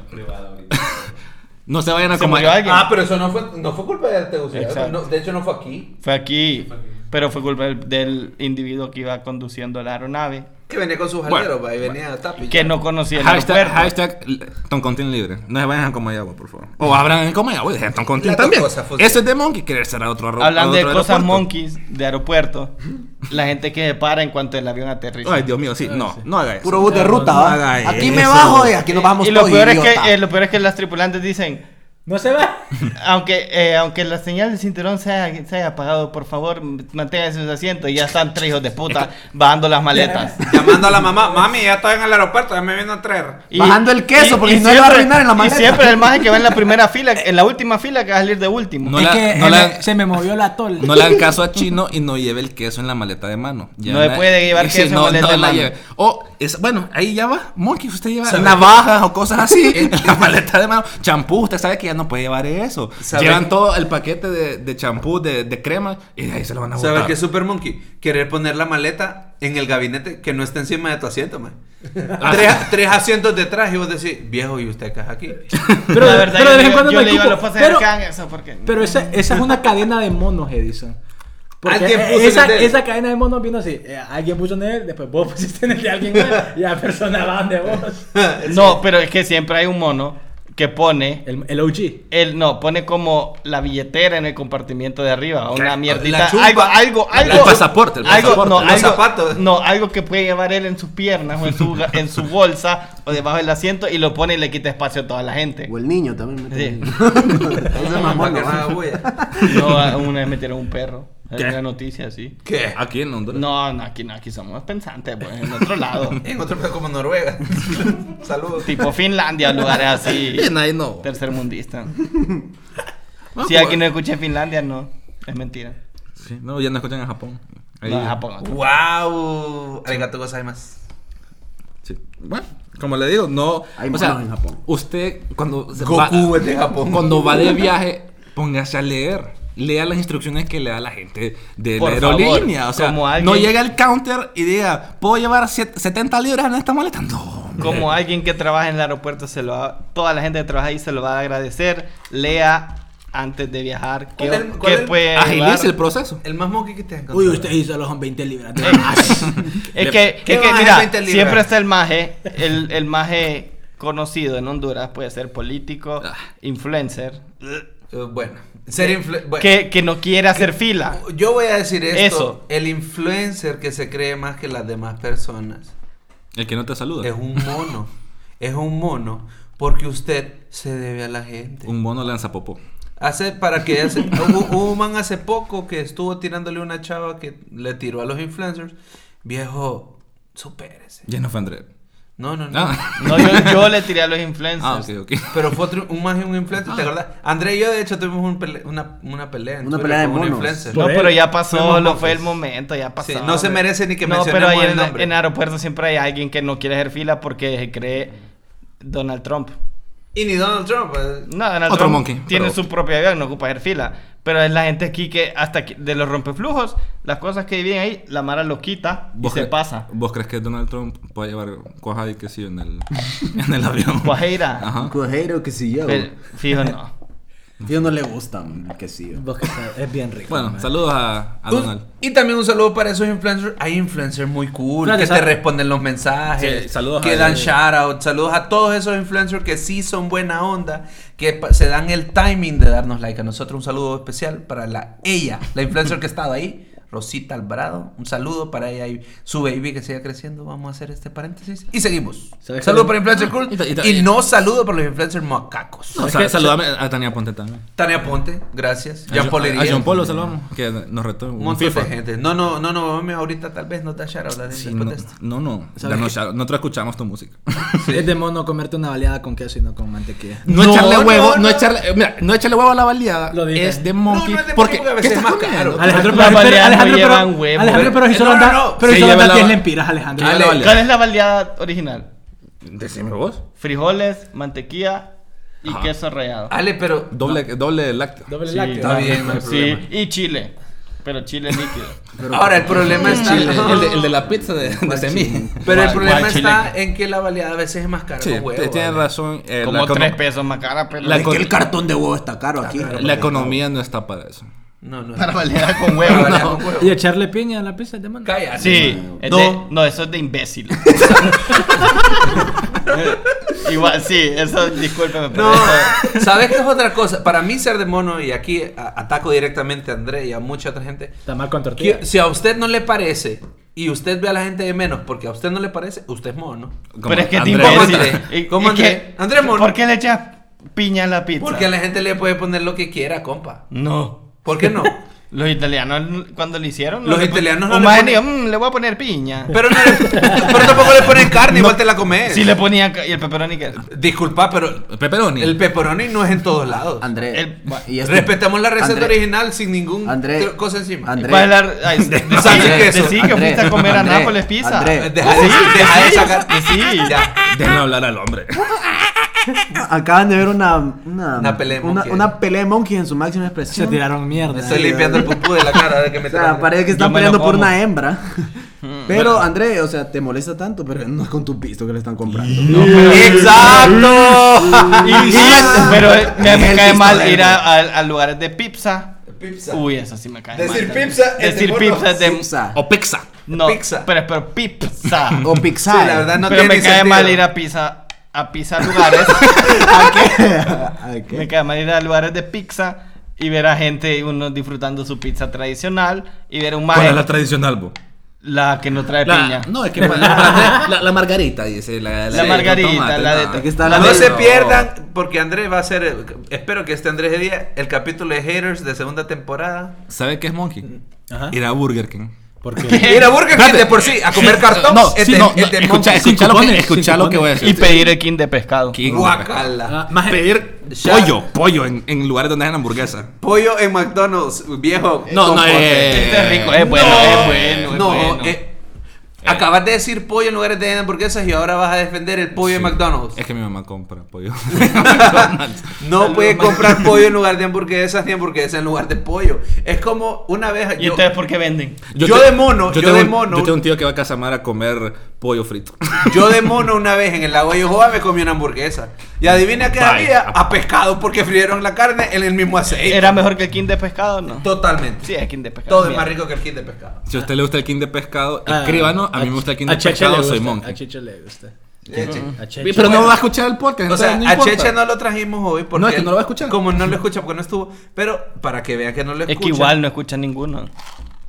A: No se vayan a
D: Se murió
A: comer.
D: alguien.
C: Ah, pero eso no fue, no fue culpa de Tegucigalpa.
D: Exacto.
C: No, de hecho, no fue aquí.
D: Fue aquí, pero fue culpa del, del individuo que iba conduciendo la aeronave,
C: Que venía con sus
A: Bueno,
C: aleros, va, y venía a tapi.
D: que no conocía el
A: Hashtag,
D: aeropuerto.
A: hashtag Toncontin libre. No se vayan a Comayagua, por favor. O abran en Comayagua y dejen Toncontin
C: Las dos
A: también.
C: cosas funcionan.
A: Ese es de Monkey, querer ser a otro arro-
D: Hablando
A: a
D: de
A: otro
D: cosas
A: aeropuerto.
D: monkeys de aeropuerto, la gente que se para en cuanto el avión aterriza.
A: Ay, Dios mío,
D: Ah,
A: sí, no, no haga eso.
E: Puro bus de ruta,
A: no
E: ¿va?
A: haga
E: Aquí me
A: eso.
E: bajo y aquí nos bajamos
D: y lo
E: todos,
D: peor, es que,
E: idiota.
D: eh, lo peor es que las tripulantes dicen,
B: No se va.
D: aunque, eh, aunque la señal del cinturón se haya, se haya apagado, por favor, mantengan sus asientos y ya están tres hijos de puta bajando las maletas.
C: Llamando a la mamá, mami, ya estaba en el aeropuerto, ya me vienen a traer.
D: Y-
E: Bajando el queso, porque si no, lo va a arruinar en la maleta.
D: Y siempre el maje que va en la primera fila, en la última fila que va a salir de último.
A: No
B: es
A: la-
B: que
A: no
B: se
A: la-
B: me- se me movió la tol.
A: No le hagan caso a Chino y no lleve el queso en la maleta de mano. Ya
D: No le
A: la-
D: puede llevar queso en maleta de mano.
A: O, es- bueno, ahí ya va. Monkey, usted lleva
C: ¿Sabe?
A: navajas o cosas así en la maleta de mano. Champú, usted sabe que ya no puede llevar eso.
C: ¿Sabe?
A: Llevan todo el paquete de, de champú, de, de crema y de ahí se lo van a botar.
C: ¿Sabes qué es Super Monkey? Querer poner la maleta en el gabinete que no esté encima de tu asiento, man. tres, tres asientos detrás y vos decís, viejo, ¿y usted qué es aquí?
B: Pero,
D: La verdad, yo
B: pero de vez
D: le-
B: en cuando
D: yo
B: no
D: le
B: hay
D: digo a
B: cupo.
D: los pasajeros
B: Pero,
D: que hagan eso porque
B: pero esa, esa es una cadena de monos, Edison. Porque
C: Alguien puso
B: esa,
C: en el de él.
B: esa cadena de monos vino así. eh, alguien puso en él, después vos pusiste en el de alguien más y la persona va donde vos.
D: No, pero es que siempre hay un mono que pone
B: El, el OG.
D: el no, pone como la billetera en el compartimiento de arriba, una mierdita,
C: La chumba.
D: algo algo
C: La-
D: algo
A: el pasaporte, el
D: algo,
A: pasaporte.
D: no,
C: Los
D: algo-
C: zapatos.
D: no, algo que puede llevar él en sus piernas o en su en su bolsa o debajo del asiento y lo pone y le quita espacio a toda la gente.
E: O el niño también. me
D: Sí.
E: Entonces,
C: Para
E: mamón,
C: que no haga
E: no.
C: bulla.
D: No, a- una vez metieron un perro.
A: ¿Qué?
D: Hay una noticia así.
C: ¿Qué?
A: Aquí en Honduras.
D: No, no, aquí no, aquí somos pensantes, pues, en otro lado.
C: En otro país como Noruega. Saludos.
D: tipo Finlandia, lugares así.
A: Bien, ahí no.
D: Tercermundista.
A: No,
D: si
C: pues.
A: como-
D: alguien no escucha en Finlandia, no. Es mentira.
A: Sí, no, ya no escuchan en Japón. Ahí-
D: No, en Japón. no.
C: ¡Wow! Arigato más.
A: Sí. Bueno, como le digo, no.
E: Hay
A: o
E: monos
A: sea,
E: en Japón.
A: Usted, cuando. se
C: Goku
A: va-
C: es de Japón.
A: Cuando va de viaje, póngase a leer. Lea las instrucciones que le da la gente de
D: Por
A: la aerolínea.
D: favor,
A: o sea,
D: como alguien-
A: no llega al counter y diga, ¿puedo llevar set- 70 libras en esta maleta? No. hombre.
D: Como alguien que trabaja en el aeropuerto, se lo va- toda la gente que trabaja ahí se lo va a agradecer. Lea antes de viajar. ¿Qué,
C: ¿Cuál es- cuál
D: qué
C: es el-
D: puede
A: Agilice Ah, el
D: llevar?
A: proceso.
C: El más monkey que te has encontrado.
B: Uy, ustedes solo son 20 libras. de
C: Eh.
B: más.
D: Es que,
C: ¿Qué
D: es que,
C: bajas
D: mira,
C: 20 libras?
D: siempre está el maje, el, el maje conocido en Honduras, puede ser político,
A: Ah.
D: influencer,
C: Eh, bueno, ser influ- bueno,
D: que, que no quiere hacer fila.
C: Yo voy a decir esto.
D: Eso.
C: El influencer que se cree más que las demás personas
A: El que no te saluda.
C: es un mono. es un mono porque usted se debe a la gente.
A: Un mono lanza popó.
C: Hace para que hace, hubo, hubo un man hace poco que estuvo tirándole una chava que le tiró a los influencers. Viejo, supérese.
A: Ya no fue André.
C: No, no, no.
A: Ah.
D: No, yo, yo le tiré a los influencers.
A: Ah, ok, ok.
C: Pero fue otro- un más un influencer, ¿te acordás? André y yo, de hecho, tuvimos un pele- una, una pelea. en
E: Una
C: Twitter
E: pelea de
C: con un
E: monos.
C: influencer.
D: No,
B: Por él.
D: pero ya pasó,
C: Fuimos
D: lo fue
C: monjes.
D: el momento, ya pasó.
C: Sí, no se
D: hombre.
C: merece ni que
D: No, pero
C: mencionemos
D: ahí
C: el
D: en,
C: nombre.
D: en aeropuerto siempre hay alguien que no quiere hacer fila porque se cree Donald Trump.
C: Y ni Donald Trump. eh.
D: No, Donald
A: Otro
D: Trump
A: monkey,
D: tiene
A: pero-
D: su propio avión, no ocupa hacer fila. Pero es la gente aquí que hasta que- de los rompeflujos, las cosas que viven ahí, la Mara los quita y
A: ¿Vos
D: se
A: cre-
D: pasa.
A: ¿Vos crees que Donald Trump puede llevar cuaja y quesillo en el, en el avión?
D: Cuajeira.
C: Ah,
A: Ajá.
E: Cojero, que si yo.
D: Pero, fijo, no.
E: Ellos no le gustan, que sí.
B: Vos que sabes, es bien rico.
A: Bueno,
B: man.
A: saludos a, a
C: Un-
A: Donald.
C: Pues, y también un saludo para esos influencers. Hay influencers muy cool
B: Claro,
C: que
B: sabe.
C: te responden los mensajes,
A: Sí, saludos
C: que
A: a-
C: dan shoutout. Saludos a todos esos influencers que sí son buena onda, que pa- se dan el timing de darnos like. A nosotros un saludo especial para la ella, la influencer que ha estado ahí, Rosita Alvarado. Un saludo para ella y su baby que siga creciendo. Vamos a hacer este paréntesis y seguimos.
B: ¿Sabes
C: Saludo
B: qué?
C: para influencer cool
A: Ah, Y ta- y ta-
C: y no saludo para los influencers macacos.
A: No, sa- saludame a Tania Ponte también.
C: Tania Ponte, gracias.
A: A
C: Jean
A: John-
C: Paul
A: A
C: Herida.
A: John ah, Paul lo saludamos, que nos retó. en
C: Un montón
A: FIFA.
C: de gente. No, no, no, no, mami, ahorita tal vez no te shoutout la
A: Sí,
C: gente
A: no,
C: protesta.
A: no, no.
B: ¿Sabes
A: Ya no,
B: qué?
A: ya- nosotros escuchamos tu música.
B: Es de mono comerte una baleada con queso y no con mantequilla.
A: No,
C: No,
A: echarle
C: no,
A: huevo, no,
C: no.
A: echarle, eh, mira, no echarle huevo a la baleada
B: Lo dije.
A: es de monkey.
C: No, no es de
A: porque,
C: monkey, porque
A: ¿qué
C: a veces
A: estás
C: es más
A: comiendo?
C: caro.
B: Alejandro,
D: Las
B: pero, pero,
D: baleadas no
B: Alejandro, pero,
D: llevan huevo.
B: Alejandro, pero si solo
C: Eh, No, no,
B: anda,
C: no.
B: pero si
A: Sí,
B: solo anda
A: lleva la-
B: 10 lempiras, Alejandro.
A: Ale-
B: Dale.
D: ¿Cuál es la baleada original?
A: Decime vos.
D: Frijoles, mantequilla y
A: Ajá.
D: queso rallado.
C: Ale, pero.
A: Doble, doble lácteo.
B: Doble
D: Sí,
B: lácteo.
C: está bien, Ah, no hay
D: Sí,
C: problema.
D: y chile. Pero chile líquido.
C: Ahora, el problema está.
A: Sí, el, el de, el de la pizza de, de semilla.
C: Pero el
D: Guay-
C: problema
D: guay
C: está
D: chile.
C: en que la baleada a veces es más cara.
A: Sí,
C: con huevo,
A: te- tienes
C: Ale.
A: razón. eh,
D: Como
A: la econo-
D: tres pesos más cara, pero
A: La
E: Es
A: co-
E: que el cartón de huevo está caro aquí.
A: La economía no está para eso.
C: No, no.
D: para baleada con
C: Para
D: huevo.
C: baleada
D: no.
C: con huevo.
B: Y echarle piña a la pizza es de mono.
C: Cállate.
D: Sí,
E: No.
D: es
C: No.
D: de- no, eso es de imbécil. Igual, sí, eso, discúlpeme, pero
C: No,
D: eso-
C: ¿sabes qué es otra cosa? Para mí, ser de mono, y aquí a- ataco directamente a André y a mucha otra gente.
B: Tamal con
C: que
B: tortilla.
C: si a usted no le parece y usted ve a la gente de menos porque a usted no le parece, usted es mono.
A: Como
D: Pero es que es de
A: Andrés.
C: ¿Cómo
D: imbécil.
C: Andrés? ¿Cómo Andrés?
D: que-
C: Andrés Mono.
D: ¿Por qué le echas piña a la pizza?
C: Porque a la gente le puede poner lo que quiera, compa.
D: No.
C: ¿Por qué no?
D: Los italianos, cuando le hicieron.
C: Los
D: le-
C: italianos no
D: un
C: le
D: maje
C: ponen-
D: dijo, "Mm, le voy a poner piña.
C: Pero, no le- pero tampoco le ponen carne, igual te la comes.
D: Si le ponían. ca- Y el pepperoni que.
C: Disculpa, pero
A: Pepperoni.
C: el pepperoni no es en todos lados.
E: André.
D: El-
E: y este-
C: Respetamos la receta
E: André,
C: original sin ningún
E: André,
C: tro- cosa encima.
E: André.
D: ¿Cuál es la- ay, decí-
C: salsa y queso.
D: Decí que
E: Andrés,
D: fuiste a comer a
E: Andrés,
D: Nápoles pizza.
E: Andrés.
C: Eh, Deja de, deja de sacar.
D: Sí.
C: Ya.
A: Déjenme hablar al hombre.
E: Acaban de ver una. Una,
C: Una pelea de
E: una,
C: monkeys.
E: una pelea de monkeys en su máxima
B: Se
E: expresión.
B: tiraron
C: Me
B: mierda.
C: estoy limpiando el pupú de la cara de que me
E: O sea, parece que
D: Yo
E: están
D: me lo
E: peleando por
D: como. Mm.
E: una hembra. Pero, André, o sea, te molesta tanto, pero no es con tu pisto que le están comprando.
D: No, pero-
C: ¡Exacto!
D: Y- y- pero eh, me, me
E: El
D: cae mal
E: pistolero.
D: ir a, a- a lugares de pizza.
C: Pizza.
D: Uy, eso sí me cae
C: Decir
D: mal.
C: pizza es de
D: Decir
C: mono.
D: pizza es de.
E: Pizza.
A: O pizza.
D: No,
C: Pizza.
D: Pero, pero pizza.
E: O Pixar.
C: Sí, la verdad, no
D: pero
C: tiene
D: me
C: ni
D: cae
C: sentido.
D: mal ir a pizza. A pizza a lugares.
E: ¿A qué? ¿A qué?
D: me cae mal ir a lugares de pizza. Y ver a gente, uno disfrutando su pizza tradicional. Y ver a un
A: ¿Cuál
D: maje.
A: es la
D: La,
A: tradicional, bo?
D: que no trae piña.
A: La, no, es que para- para Andrés, la, la margarita, dice. La,
D: La
A: de
D: margarita,
A: tomate,
D: la de-
A: no.
E: Aquí está la
C: No
E: ley.
C: se pierdan, porque Andrés va a hacer. eh, Espero que este Andrés de día, el capítulo de Haters de segunda temporada.
A: ¿Sabe qué es Monkey?
B: Ajá.
A: Ir a Burger King.
B: Porque
C: Ir a Burger King
A: Espérate.
C: de por sí, a comer cartón.
A: No,
C: es
A: sí,
C: de-
A: no,
C: es
A: no,
C: de
A: escucha,
C: monkey.
B: sin
A: escucha lo que,
B: cupones,
A: escucha
B: sin
A: lo que voy a decir.
D: y pedir el king de pescado.
A: King.
D: Ah.
C: Guacala.
B: ah, más
A: Pedir
C: Ya.
A: pollo, pollo en, en lugares donde hacen hamburguesa.
C: Pollo en McDonald's, viejo.
A: No,
C: con
A: no,
C: pote.
A: eh,
D: Este es rico, es bueno, es bueno. es
C: No,
D: bueno.
C: eh, acabas de decir pollo en lugares de hamburguesas y ahora vas a defender el pollo
A: Sí.
C: de McDonald's.
A: Es que mi mamá compra pollo.
C: No
D: Saludos,
C: puedes
D: Mike.
C: comprar pollo en lugar de hamburguesas ni hamburguesas en lugar de pollo. Es como una vez
D: ¿Y ustedes por qué venden?
C: Yo de mono, yo
A: tengo
C: de
A: un-
C: mono.
A: Yo tengo un tío que va a Casamar a comer pollo frito.
C: Yo de mono una vez en el lago de Yohoa me comí una hamburguesa. Y adivina qué
A: Vaya.
C: había a pescado porque frieron la carne en el mismo aceite.
D: ¿Era mejor que el king de pescado no?
C: Totalmente.
D: Sí, el king de pescado.
C: Todo es
D: mira.
C: más rico que el kit de pescado.
A: Si a usted le gusta el king de pescado, escríbanos. Ah, A mí me gusta el king de
B: Cheche
A: pescado,
B: le
A: soy
B: gusta,
A: monkey.
B: A Cheche le gusta.
C: Leche.
B: A Cheche.
A: Pero no va a escuchar el podcast.
C: O sea,
A: entonces no
C: a
A: importa.
C: Cheche no lo trajimos hoy porque...
A: No, es que no lo va a escuchar.
C: Como no lo escucha porque no estuvo. Pero para que vean que no lo escucha.
D: Es que igual no escucha ninguno.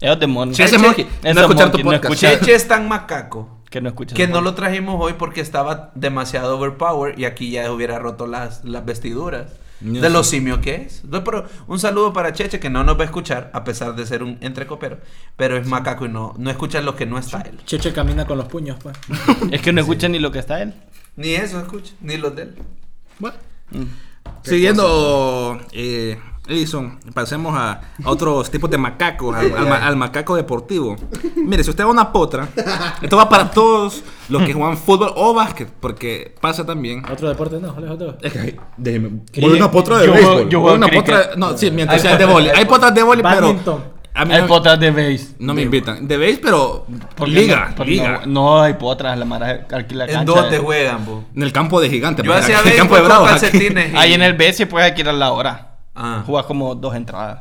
D: Es demonio.
A: Sí, ese es monkey. No escuchar tu podcast.
C: Cheche es tan macaco
D: que no escucha.
C: que
D: su
C: no
D: podcast.
C: lo trajimos hoy porque estaba demasiado overpower y aquí ya hubiera roto las, las vestiduras.
A: Ya
C: de
A: sé.
C: lo simio que es. No, pero un saludo para Cheche que no nos va a escuchar a pesar de ser un entrecopero. Pero es macaco y no, no escucha lo que no está él.
B: Cheche camina con los puños, pues.
D: Es que no escucha ni lo que está él.
C: Ni eso escucha, ni los de él.
A: Bueno. Mm. Siguiendo, eh, Edison, pasemos a, a otros tipos de macacos, al, al ma- al macaco deportivo. Mire, si usted va a una potra, esto va para todos los que juegan fútbol o básquet, porque pasa también.
B: Otro deporte no, Alejo, otro.
A: Es que, déjeme.
B: Cricket. voy a una
A: potra
D: de Yo juego- béisbol. yo
A: Voy a
D: juego
A: una
D: cricket.
A: potra. No, sí, mientras
C: Hay
A: sea de
C: potras,
A: vóley.
C: hay
A: Hay potras de vóley, pero.
B: Badminton.
A: A mí
D: hay
A: no-
D: potas de base.
A: no me invitan. De béis, pero.
D: Porque
A: Liga,
D: no- porque
A: liga.
D: No, no hay potras, la mara alquila
C: En
D: cancha.
C: dónde
D: eh.
C: juegan, bo.
A: En el campo de gigantes.
C: Yo
A: porque
C: hacía
A: en el
C: béisbol
A: campo de
C: con
A: bravos. aquí.
C: calcetines. y-
D: Ahí en el BS puedes alquilar la hora.
C: Ah.
D: Jugás como dos entradas.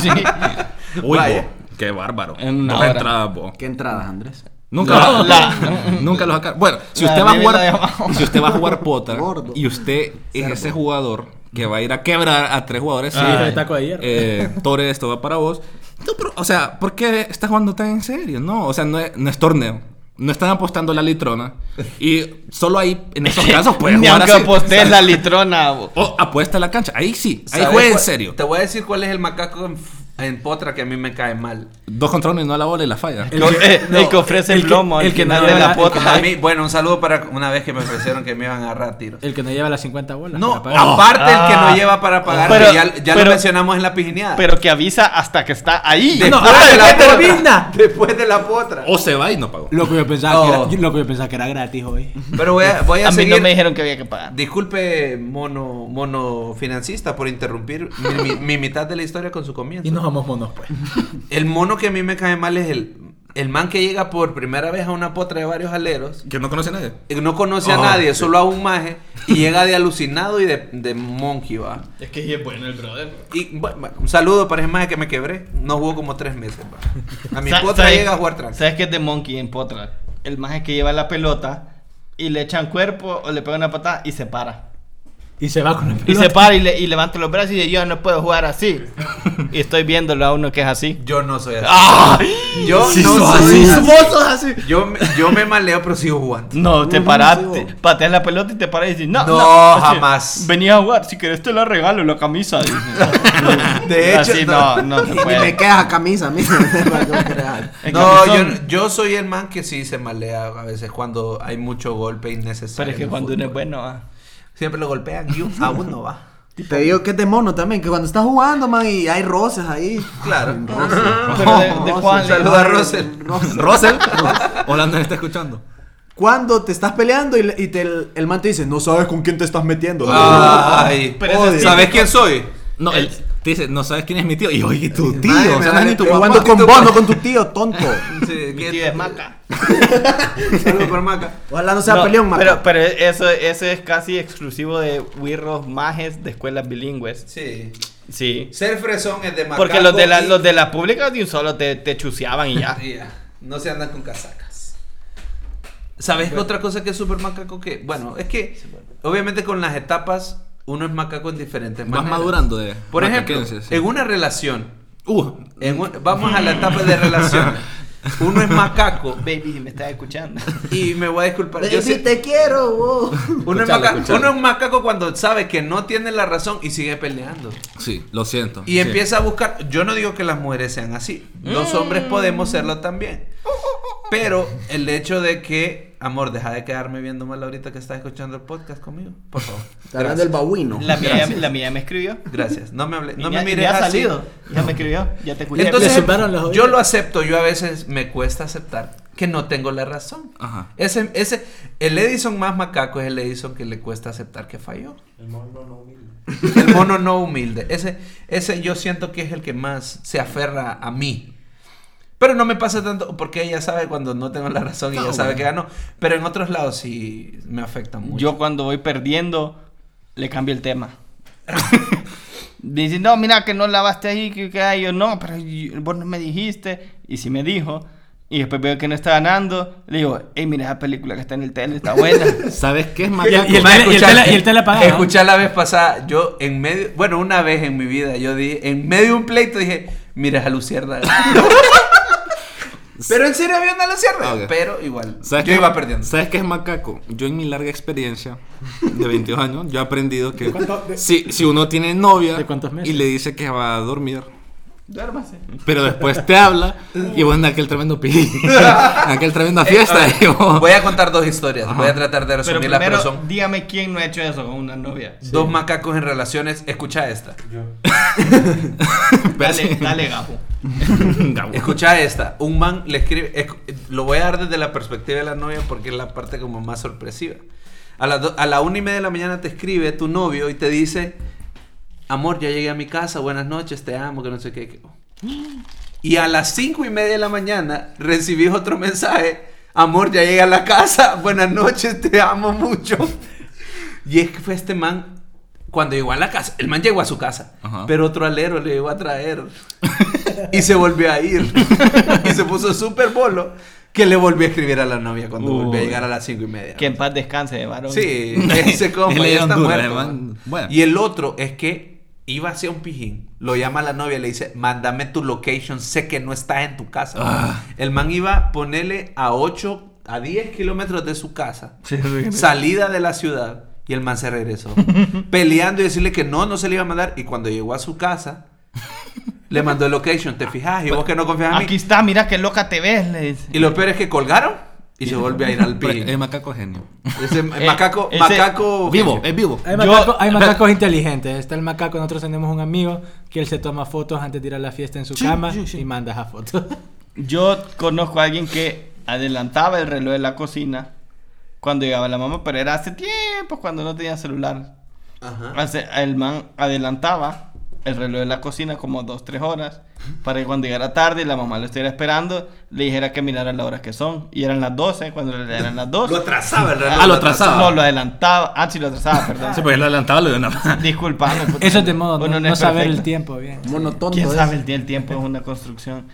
D: Sí.
A: Uy,
C: Vaya.
A: bo, qué bárbaro.
D: En una
A: Dos
D: hora.
A: entradas, bo.
F: ¿Qué entradas, Andrés?
A: Nunca,
D: La-
A: lo-
D: la-
A: nunca los sacaron. Bueno, si
D: La
A: usted, va a
D: de la de abajo.
A: jugar, si usted va a jugar Potter
F: Gordo.
A: y usted es ese jugador que va a ir a quebrar a tres jugadores,
D: Ah,
A: sí,
D: el
B: taco de hierro.
A: eh, Torres, esto va para vos. No, pero, o sea, ¿por qué estás jugando tan en serio? No, o sea, no es, no es torneo. No están apostando la litrona. Y solo ahí, en esos casos, puedes
D: Ni
A: jugar
D: aunque
A: así.
D: aposté la litrona. bo.
A: O apuesta a la cancha. Ahí sí, ahí
C: ¿Sabes
A: juega en
C: cuál-
A: serio.
C: Te voy a decir cuál es el macaco en, en potra que a mí me cae mal.
A: Dos contra uno y no a la bola y la falla.
D: El que,
C: no,
D: el que ofrece el,
B: el que-
D: plomo,
B: el
D: el,
B: que
D: que
B: no
D: nadie
B: lleva
D: la
B: la- el que
D: pota.
C: A mí, bueno, un saludo para una vez que me ofrecieron que me iban a agarrar a tiros.
B: El que no lleva las 50 bolas.
C: No,
B: para
A: oh.
B: pagar.
C: aparte el que
D: Ah.
C: no lleva para pagar,
D: Pero-
C: que ya, ya
D: pero-
C: lo mencionamos en la pijineada.
D: Pero que avisa hasta que está ahí.
C: después,
B: No,
C: de la potra,
B: ah, después de la-
C: después de la potra.
A: O se va y no pagó.
B: Lo que yo pensaba, que
C: Oh.
B: era, yo- lo que yo pensaba que era gratis hoy.
C: Pero voy a, voy a
D: a mí
C: seguir.
D: no me dijeron que había que pagar.
C: Disculpe, mono, mono financista, por interrumpir mi, mi- mi mitad de la historia con su comienzo.
B: Y nos vamos monos, pues.
C: El mono que a mí me cae mal es el, el man que llega por primera vez a una potra de varios aleros.
A: Que no conoce a nadie.
C: eh, No conoce a
A: Ah,
C: nadie,
A: sí.
C: solo a un maje. Y llega de alucinado y de, de monkey, va.
D: Es que es bueno el brother.
C: Y bueno, bueno, un saludo para ese maje que me quebré. No jugó como tres meses, va. A mi
D: Sa-
C: potra
D: ¿sabes-
C: llega a jugar tranca.
D: ¿Sabes qué es de Monkey en Potra? El maje que lleva la pelota y le echan cuerpo o le pegan una patada y se para.
B: Y se va con el
D: Y se para y, le- y levanta los brazos y dice, yo no puedo jugar así. y estoy viéndolo a uno que es así.
C: Yo no soy así.
D: ¡Ah!
C: Yo
E: Sí,
C: no
E: sos
C: soy
E: así.
C: así.
E: Vos sos así.
C: Yo, me- yo me maleo, pero sigo jugando.
D: No, te
E: No,
D: paraste,
E: no.
D: pateas la pelota y te paras y dices, no,
C: No,
D: no,
C: jamás.
D: Venía a jugar, si querés te la regalo, la camisa. dice.
C: De hecho,
D: Así
C: no.
D: no, no se
F: Y ni me
D: puede.
F: quedas a camisa, mira. para que vos creas.
D: El
C: No, yo,
D: camisón.
C: yo soy el man que sí se malea a veces cuando hay mucho golpe innecesario.
D: Pero es
C: en
D: que
C: el
D: cuando uno es
C: fútbol.
D: bueno, ah.
C: Siempre lo golpean y un- a uno va.
E: Tipo-
F: Te digo que es de mono también, que cuando estás jugando, man, y hay roces ahí.
C: Claro.
F: Ay, roces.
D: Pero de- de
F: Roces,
D: Juan,
C: saluda a
F: roces,
C: Russell.
F: roces.
A: Russell. Holanda me está escuchando.
F: Cuando te estás peleando y, le- y te- el, el man te dice, no sabes con quién te estás metiendo.
C: Ay,
D: Pero ese
C: odio.
D: es
C: ¿Sabes
D: típico.
C: quién soy?
A: No, él te dice, no sabes quién es mi tío. Y oye, tu tío.
F: Madre,
A: o
F: me
A: sea, no
F: vale
A: es ni tu
F: que
A: papá.
F: jugando
A: Ni tu
F: con vos,
A: papá.
F: no con tu tío, tonto.
C: Sí,
D: Mi
C: ¿qué-
D: tío es maca.
C: Saludos por Maca.
F: Ojalá no sea
D: No,
F: peleón, man.
D: pero, pero eso, eso es casi exclusivo de wirros majes de escuelas bilingües.
C: Sí.
D: Sí.
C: Ser fresón es de Maca.
D: Porque los de, la, los de la pública de un solo te, te chuceaban y ya.
C: No se andan con casacas. ¿Sabes otra cosa que es súper macaco? Que, bueno, es que obviamente con las etapas uno es macaco en diferentes
A: Vas
C: maneras.
A: madurando de.
C: Por ejemplo,
A: macaquenses, sí.
C: en una relación,
A: Uh,
C: en un- vamos a la etapa de relación. Uno es macaco
D: Baby, me estás escuchando.
C: y me voy a disculpar. yo
F: Baby,
C: sé-
F: te quiero,
C: uno,
F: vos.
C: es
A: Escuchalo,
C: macaco,
A: escuchalo.
C: uno es macaco cuando sabe que no tiene la razón y sigue peleando.
A: sí, lo siento.
C: Y
A: Sí.
C: empieza a buscar. Yo no digo que las mujeres sean así. Los hombres podemos serlo también. Pero el hecho de que, amor, deja de quedarme viendo mal ahorita que estás escuchando el podcast conmigo. Por favor.
F: Está hablando el babuino.
D: La mía, la mía me escribió.
C: Gracias. No me hable, no
D: Y ya-
C: me
D: y
C: mires
D: ya ha
C: así.
D: salido. Ya me escribió. Ya te escuché.
C: Entonces,
B: Le zumbaron los
C: yo
B: oídos.
C: lo acepto, yo a veces me cuesta aceptar que no tengo la razón.
A: Ajá.
C: Ese, ese, el Edison más macaco es el Edison que le cuesta aceptar que falló. El mono no humilde. Ese, ese yo siento que es el que más se aferra a mí. Pero no me pasa tanto porque ella sabe cuando no tengo la razón y ella sabe que ganó. Pero en otros lados sí me afecta mucho.
D: Yo cuando voy perdiendo, le cambio el tema. Dice, no, mira que no lavaste ahí, que, que ay", yo no, pero yo- vos no me dijiste. Y si me dijo, y después veo que no está ganando, le digo, hey, mira esa película que está en el tele, está buena.
A: ¿Sabes qué es
B: Y, y
A: macaco?
B: el tele- y el tele- y el tele apagado.
C: Escuchá la vez pasada, yo en medio, bueno, una vez en mi vida, yo dije, en medio de un pleito dije, mira esa lucierda. pero en serio había una lucierda.
A: Ah, ok.
C: Pero igual,
A: ¿Sabes
C: yo
A: qué-
C: iba perdiendo.
A: ¿Sabes qué es macaco? Yo en mi larga experiencia de 22 años, yo he aprendido que
B: de-
A: si, si uno tiene novia
B: ¿De cuántos meses?
A: y le dice que va a dormir, pero después te habla y bueno, aquel tremendo pi, aquel tremenda fiesta. y vos-
C: Voy a contar dos historias, voy a tratar de
D: pero
C: resumirlas, pero,
D: primero,
C: son
D: dígame quién no ha hecho eso con una novia.
C: dos macacos en relaciones. Escucha esta,
D: Dale, dale, Gabo.
A: Gabo.
C: escucha esta. Un man le escribe, escu- lo voy a dar desde la perspectiva de la novia porque es la parte como más sorpresiva. A, las do- a la una y media de la mañana te escribe tu novio y te dice, amor, ya llegué a mi casa, buenas noches, te amo, que no sé qué. que- Y a las cinco y media de la mañana recibís otro mensaje, amor, ya llegué a la casa, buenas noches, te amo mucho. Y es que fue este man Cuando llegó a la casa, el man llegó a su casa,
A: Ajá.
C: pero otro alero le llegó a traer y se volvió a ir. y se puso súper bolo que le volvió a escribir a la novia cuando volvió a
D: Uy.
C: llegar a las cinco y media.
D: Que en paz descanse, de varón.
C: Sí, ese compa
A: Le
C: ya
A: dieron
C: está
A: duro,
C: muerto.
A: además.
C: man.
A: Bueno.
C: Y el otro es que iba hacia un pijín, lo llama la novia, le dice, mándame tu location, sé que no estás en tu casa.
A: Ah.
C: El man iba a ponerle a 8, a 10 kilómetros de su casa, salida de la ciudad, y el man se regresó, peleando y decirle que no, no se le iba a mandar, y cuando llegó a su casa... Le mandó el location, ¿te fijas? Y vos que no confías en mí.
D: Aquí está, mira qué loca te ves, le dice.
C: Y lo peor es que colgaron y se volvió a ir al
A: Pero
C: pijín.
A: Es macaco genio.
C: Ese macaco,
D: ese-
C: macaco...
A: Vivo, es vivo.
B: Hay,
D: Yo-
B: macaco- hay
A: pero-
B: macacos inteligentes. Está el macaco, nosotros tenemos un amigo que él se toma fotos antes de ir a la fiesta en su cama y manda esa foto.
D: Yo conozco a alguien que adelantaba el reloj de la cocina cuando llegaba la mamá, pero era hace tiempo cuando no tenía celular.
C: Ajá.
D: Hace- El man adelantaba el reloj de la cocina como dos, tres horas para que cuando llegara tarde y la mamá lo estuviera esperando, le dijera que mirara las horas que son. Y eran las 12, cuando eran las 12.
C: Lo atrasaba el reloj.
A: Ah, lo atrasaba.
D: No, lo adelantaba. Ah, sí, lo atrasaba, perdón.
A: Sí, porque él adelantaba lo de una.
D: Disculpa. no, puta.
B: Eso es de modo,
D: Uno
B: no, no
D: es
B: saber el
D: perfecto.
B: tiempo bien.
E: Monotono.
D: ¿Quién
E: de
D: sabe?
E: eso.
D: El, tie- el tiempo es una construcción.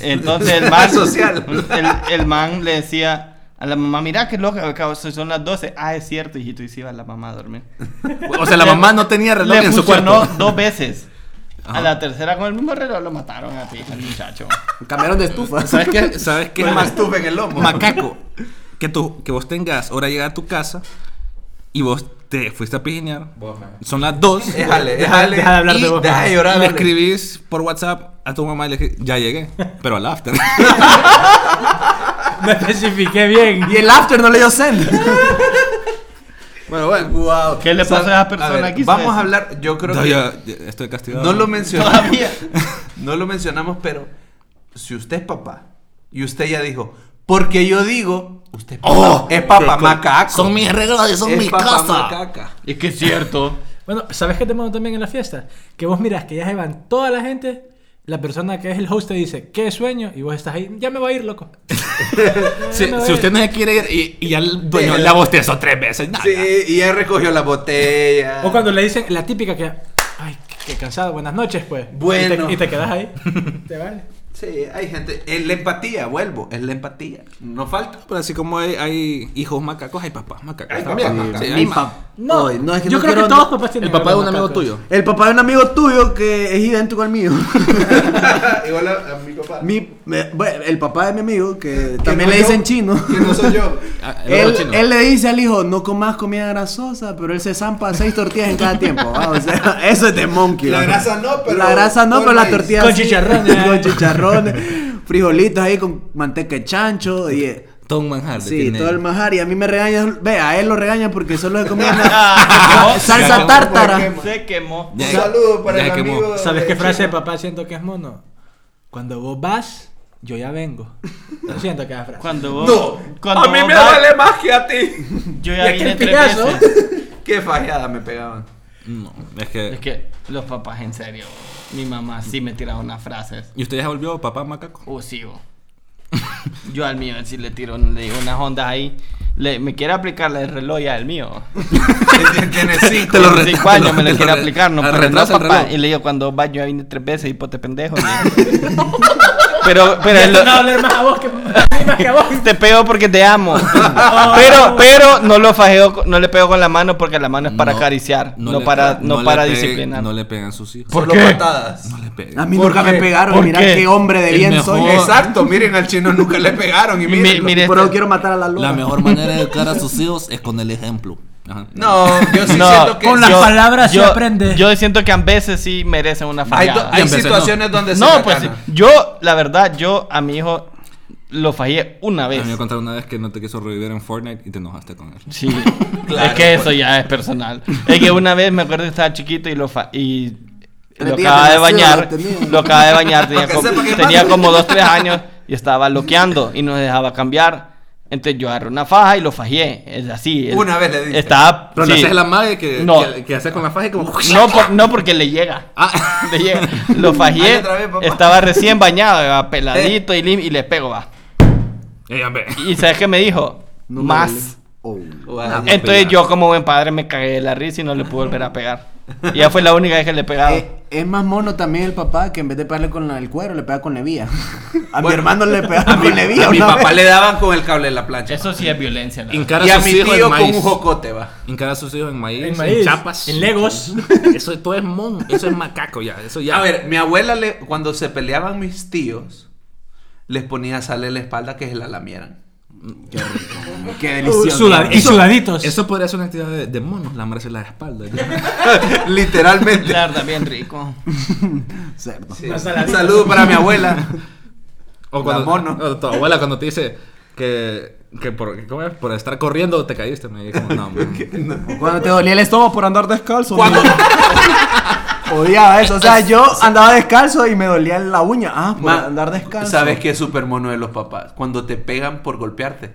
D: Entonces el man,
C: Social.
D: El, el man le decía a la mamá, mira qué loca, acabo- son las 12. Ah, es cierto, hijito, y se iba la mamá a dormir.
A: O sea, la mamá no tenía reloj
D: le
A: en su
D: funcionó
A: cuarto.
D: dos veces.
A: Ajá.
D: A la tercera con el mismo reloj lo mataron a ti, al muchacho.
E: Cambiaron de estufa.
A: ¿Sabes qué? ¿Sabes qué?
C: Con
A: es
C: la
A: más-
C: estufa en el lomo.
A: Macaco, que, tú, que vos tengas hora de llegar a tu casa y vos te fuiste a pijinear. Son las dos.
C: Déjale,
B: Deja-
C: déjale.
B: deja de hablar
C: y
B: de vos.
C: Deja de llorar.
A: Y le
C: dale.
A: escribís por WhatsApp a tu mamá y le escribís, ya llegué, pero al after.
B: No especifiqué bien.
E: Y el after no le dio send.
A: bueno, bueno.
C: Wow.
D: ¿Qué le
C: O sea,
D: pasó a esa persona
C: ver,
D: aquí?
C: Vamos
D: ¿sabes?
C: a hablar, yo creo
A: No,
C: que
A: ya- ya estoy castigado.
C: no lo mencionamos.
D: Todavía.
C: no lo mencionamos, pero si usted es papá y usted ya dijo, porque yo digo, usted es papá, es papá macaco.
A: Oh, Son mis reglas y son
C: es
A: mi
C: papá
A: casa.
C: macaca.
D: Es que es cierto.
B: Bueno, ¿sabes qué te mando también en la fiesta? Que vos miras que ya se van toda la gente, la persona que es el host te dice, qué sueño, y vos estás ahí, ya me voy a ir, loco.
A: Si,
B: No,
A: si
B: eh.
A: usted no se quiere ir y, y ya el dueño
C: Déjalo.
A: la bostezó tres veces, nada.
C: Sí, y él recogió la botella.
B: O cuando le dicen la típica que, ay, qué, qué cansado, buenas noches, pues.
C: Bueno.
B: Y te, y te quedas ahí. te vale.
C: Sí, hay gente. Es la empatía, vuelvo, es la empatía. No falta.
A: Pero así como hay, hay hijos macacos, hay papás macacos.
C: Hay
A: también.
C: papás
A: Sí,
C: macacos.
A: hay
E: Mi
A: ma-
E: papá.
B: No,
E: Ay, no, es que
B: yo
E: no
B: creo que
E: quiero-
B: todos los papás tienen
A: El papá de
B: algo
A: un amigo
B: macaco.
A: tuyo.
E: El papá de un amigo tuyo que es idéntico al mío.
C: Igual a, a mi papá.
E: Mi- me- bueno, el papá de mi amigo que
C: Que
E: también
C: no
E: le
C: yo,
E: dicen chino.
C: Que no soy yo.
A: Ah, el
E: Él,
A: otro chino.
E: él le dice al hijo, no comas comida grasosa, pero él se zampa seis tortillas en cada tiempo. ¿va? O sea, eso es de monkey.
C: La
E: ¿va?
C: grasa no, pero
E: La grasa no,
C: con
E: pero la
C: maíz.
E: tortilla
B: Con
E: sí.
B: chicharrones.
E: con chicharrones, frijolitos ahí con manteca de chancho y... eh,
A: Todo un manjar. le
E: Sí,
A: tiene
E: todo el
A: ellos.
E: manjar. Y a mí me regañan, ve, a él lo regañan porque solo se comía una
D: Ah,
E: salsa
A: ya,
E: tártara.
D: Se quemó.
A: Ya,
C: Un saludo para
A: ya
C: el
A: quemó.
C: amigo.
B: ¿Sabes
C: de
B: qué frase de
C: Chino.
B: papá siento que es mono? Cuando vos vas, yo ya vengo. Yo siento que es frase.
D: Cuando vos.
C: No,
D: cuando
C: a mí
D: vos
C: me
D: vas-
C: vale más que a ti.
D: Yo ya
B: Y aquel
D: vine tres
B: pillazo.
D: veces.
C: qué fallada me pegaban.
A: No, es que.
D: Es que los papás, en serio. Mi mamá sí me tiraba unas frases.
A: ¿Y usted ya se volvió papá macaco?
D: Oh, sí, bo. Yo al mío, si le tiro le digo unas ondas ahí. Le- me quiere aplicar la del reloj ya el mío.
C: Tienes cinco.
A: Te lo
D: Con
A: re-
D: cinco
A: te lo-
D: años me
A: te
D: lo
A: lo
D: quiere
A: re-
D: aplicar, no,
A: ah,
D: pero no
A: retrasa el
D: papá.
A: reloj.
D: Y le digo cuando va yo ya vine tres veces, hipote pendejo. le digo. pero, pero
B: Ya
D: es
B: te
D: lo-
B: van a hablar más a vos que, a mí más que a vos. Oh,
D: te pego porque te amo. pero, pero no lo fajeo, con- no le pego con la mano porque la mano es para
A: No,
D: acariciar, no,
A: le-
D: para, no,
A: le
D: para
A: peguen-
D: disciplinar.
A: No le pegan sus hijos.
D: ¿Por
C: Solo
D: qué?
C: patadas.
A: No le peguen.
E: A mí
C: ¿Por
E: nunca
C: qué?
E: me pegaron,
D: ¿Por
E: mira
D: qué?
E: qué hombre de
A: El
E: bien soy.
A: mejor.
C: Exacto, miren al chino nunca le pegaron y
D: Mi-
C: miren.
D: mire
E: Por
D: este-
E: eso quiero matar a la luna.
A: La mejor manera de educar a sus hijos es con el ejemplo. Ajá.
C: No, yo sí
D: No,
C: siento que
B: con las
C: yo-
B: palabras se
D: yo-
B: aprende.
D: Yo siento que a veces sí merecen una
C: hay, do-
D: fajada.
C: hay
A: Ya empecé,
C: situaciones donde se
D: No, pues
C: macana.
D: sí. yo, la verdad, yo a mi hijo lo fallé una
A: A
D: vez.
A: mí me contaron una vez que no te quiso revivir en Fortnite y te enojaste con él.
D: pues. Sí,
C: Claro,
D: es que
C: pues.
D: eso ya es personal. Es que una vez me acuerdo que estaba chiquito y lo fa- y
E: Tres
D: lo
E: días
D: acababa
E: de nacido,
D: de bañar,
E: lo tenía.
D: lo acababa de bañar, tenía,
C: Para que
D: como,
C: sepa que
D: tenía
C: pasa.
D: como dos, tres años y estaba bloqueando y no se dejaba cambiar. Entonces yo agarré una faja y lo fajé, es así. es-
C: Una vez le diste.
D: Estaba,
A: Pero
D: sí.
A: le haces la madre que,
D: No.
A: que, que haces con la faja y como.
D: No, por- no porque le llega.
A: Ah.
D: Le llega. Lo
C: Ay,
D: fajé,
C: otra vez, papá.
D: estaba recién bañado, va, peladito y, lim- y le pego, va.
A: Ey, hombre.
D: Y ¿sabes qué me dijo?
E: No me
D: Más.
G: Oh.
C: Vaya.
D: Entonces yo como buen padre me cagué de la risa y no le pude volver a pegar. Y ya fue la única vez que le he pegado.
F: Eh, es más mono también el papá que en vez de pegarle con la- el cuero le pega con levía. A mi hermano le pegaba con levía.
C: A mi
F: una
C: papá
F: vez.
C: le daban con el cable de la plancha.
D: Eso sí es violencia. la
C: y
A: Encara
C: a
A: a sus
C: mi
A: hijos en
C: tío con
A: maíz.
C: un jocote, va.
A: Encara a sus hijos en maíz,
B: En
A: en,
B: maíz,
A: chapas.
B: en legos.
A: Eso todo es mon, eso es macaco ya. Eso ya.
C: A ver, mi abuela, le, cuando se peleaban mis tíos, les ponía sal en la espalda que se la lamieran.
F: Qué delicioso.
B: Sudad- y sudaditos.
A: Eso podría ser una actividad de, de monos, lamerse la espalda.
D: verdad.
C: Literalmente.
D: La verdad, bien rico.
F: Cerdo.
C: Sí. Un saludo para mi abuela.
A: O cuando,
C: La mono.
A: o tu abuela cuando te dice que, que por, que ¿cómo es? por estar corriendo te caíste. Me dijo, no, man.
F: Cuando te dolía el estómago por andar descalzo. ¿no? Odiaba eso. O sea, yo andaba descalzo y me dolía la uña. Ah, por
C: Ma-
F: andar descalzo.
C: ¿Sabes qué es súper mono de los papás? Cuando te pegan por golpearte.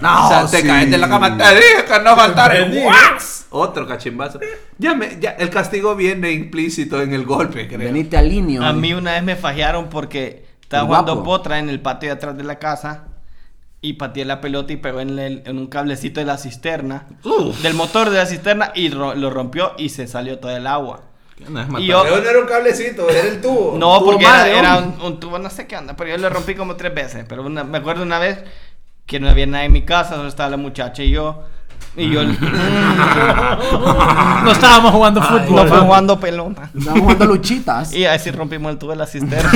F: No,
C: o sea, te
F: Ah, sí.
C: caes de la cama. Te dije que no faltara. ¡Guas! Otro cachimbazo. Ya me, ya, el castigo viene implícito en el golpe, creo.
F: Venite al líneo.
D: A mí una vez me fajearon porque estaba
F: El
D: jugando
F: guapo.
D: potra en el patio de atrás de la casa y pateé la pelota y pegó en, el- en un cablecito de la cisterna, del motor de la cisterna y ro- lo rompió y se salió todo el agua.
A: No es matar.
D: Y yo-
C: Creo que no era un cablecito, era el tubo.
D: No,
F: tuvo
D: porque era,
F: madre,
D: era
F: hombre.
D: un, un tubo, no sé qué onda, pero yo lo rompí como tres veces. Pero una- me acuerdo una vez que no había nadie en mi casa, solo estaba la muchacha y yo. Y yo.
B: No estábamos jugando fútbol.
D: no fue jugando pelota.
F: Estamos jugando luchitas.
D: Y así rompimos el tubo de la cisterna.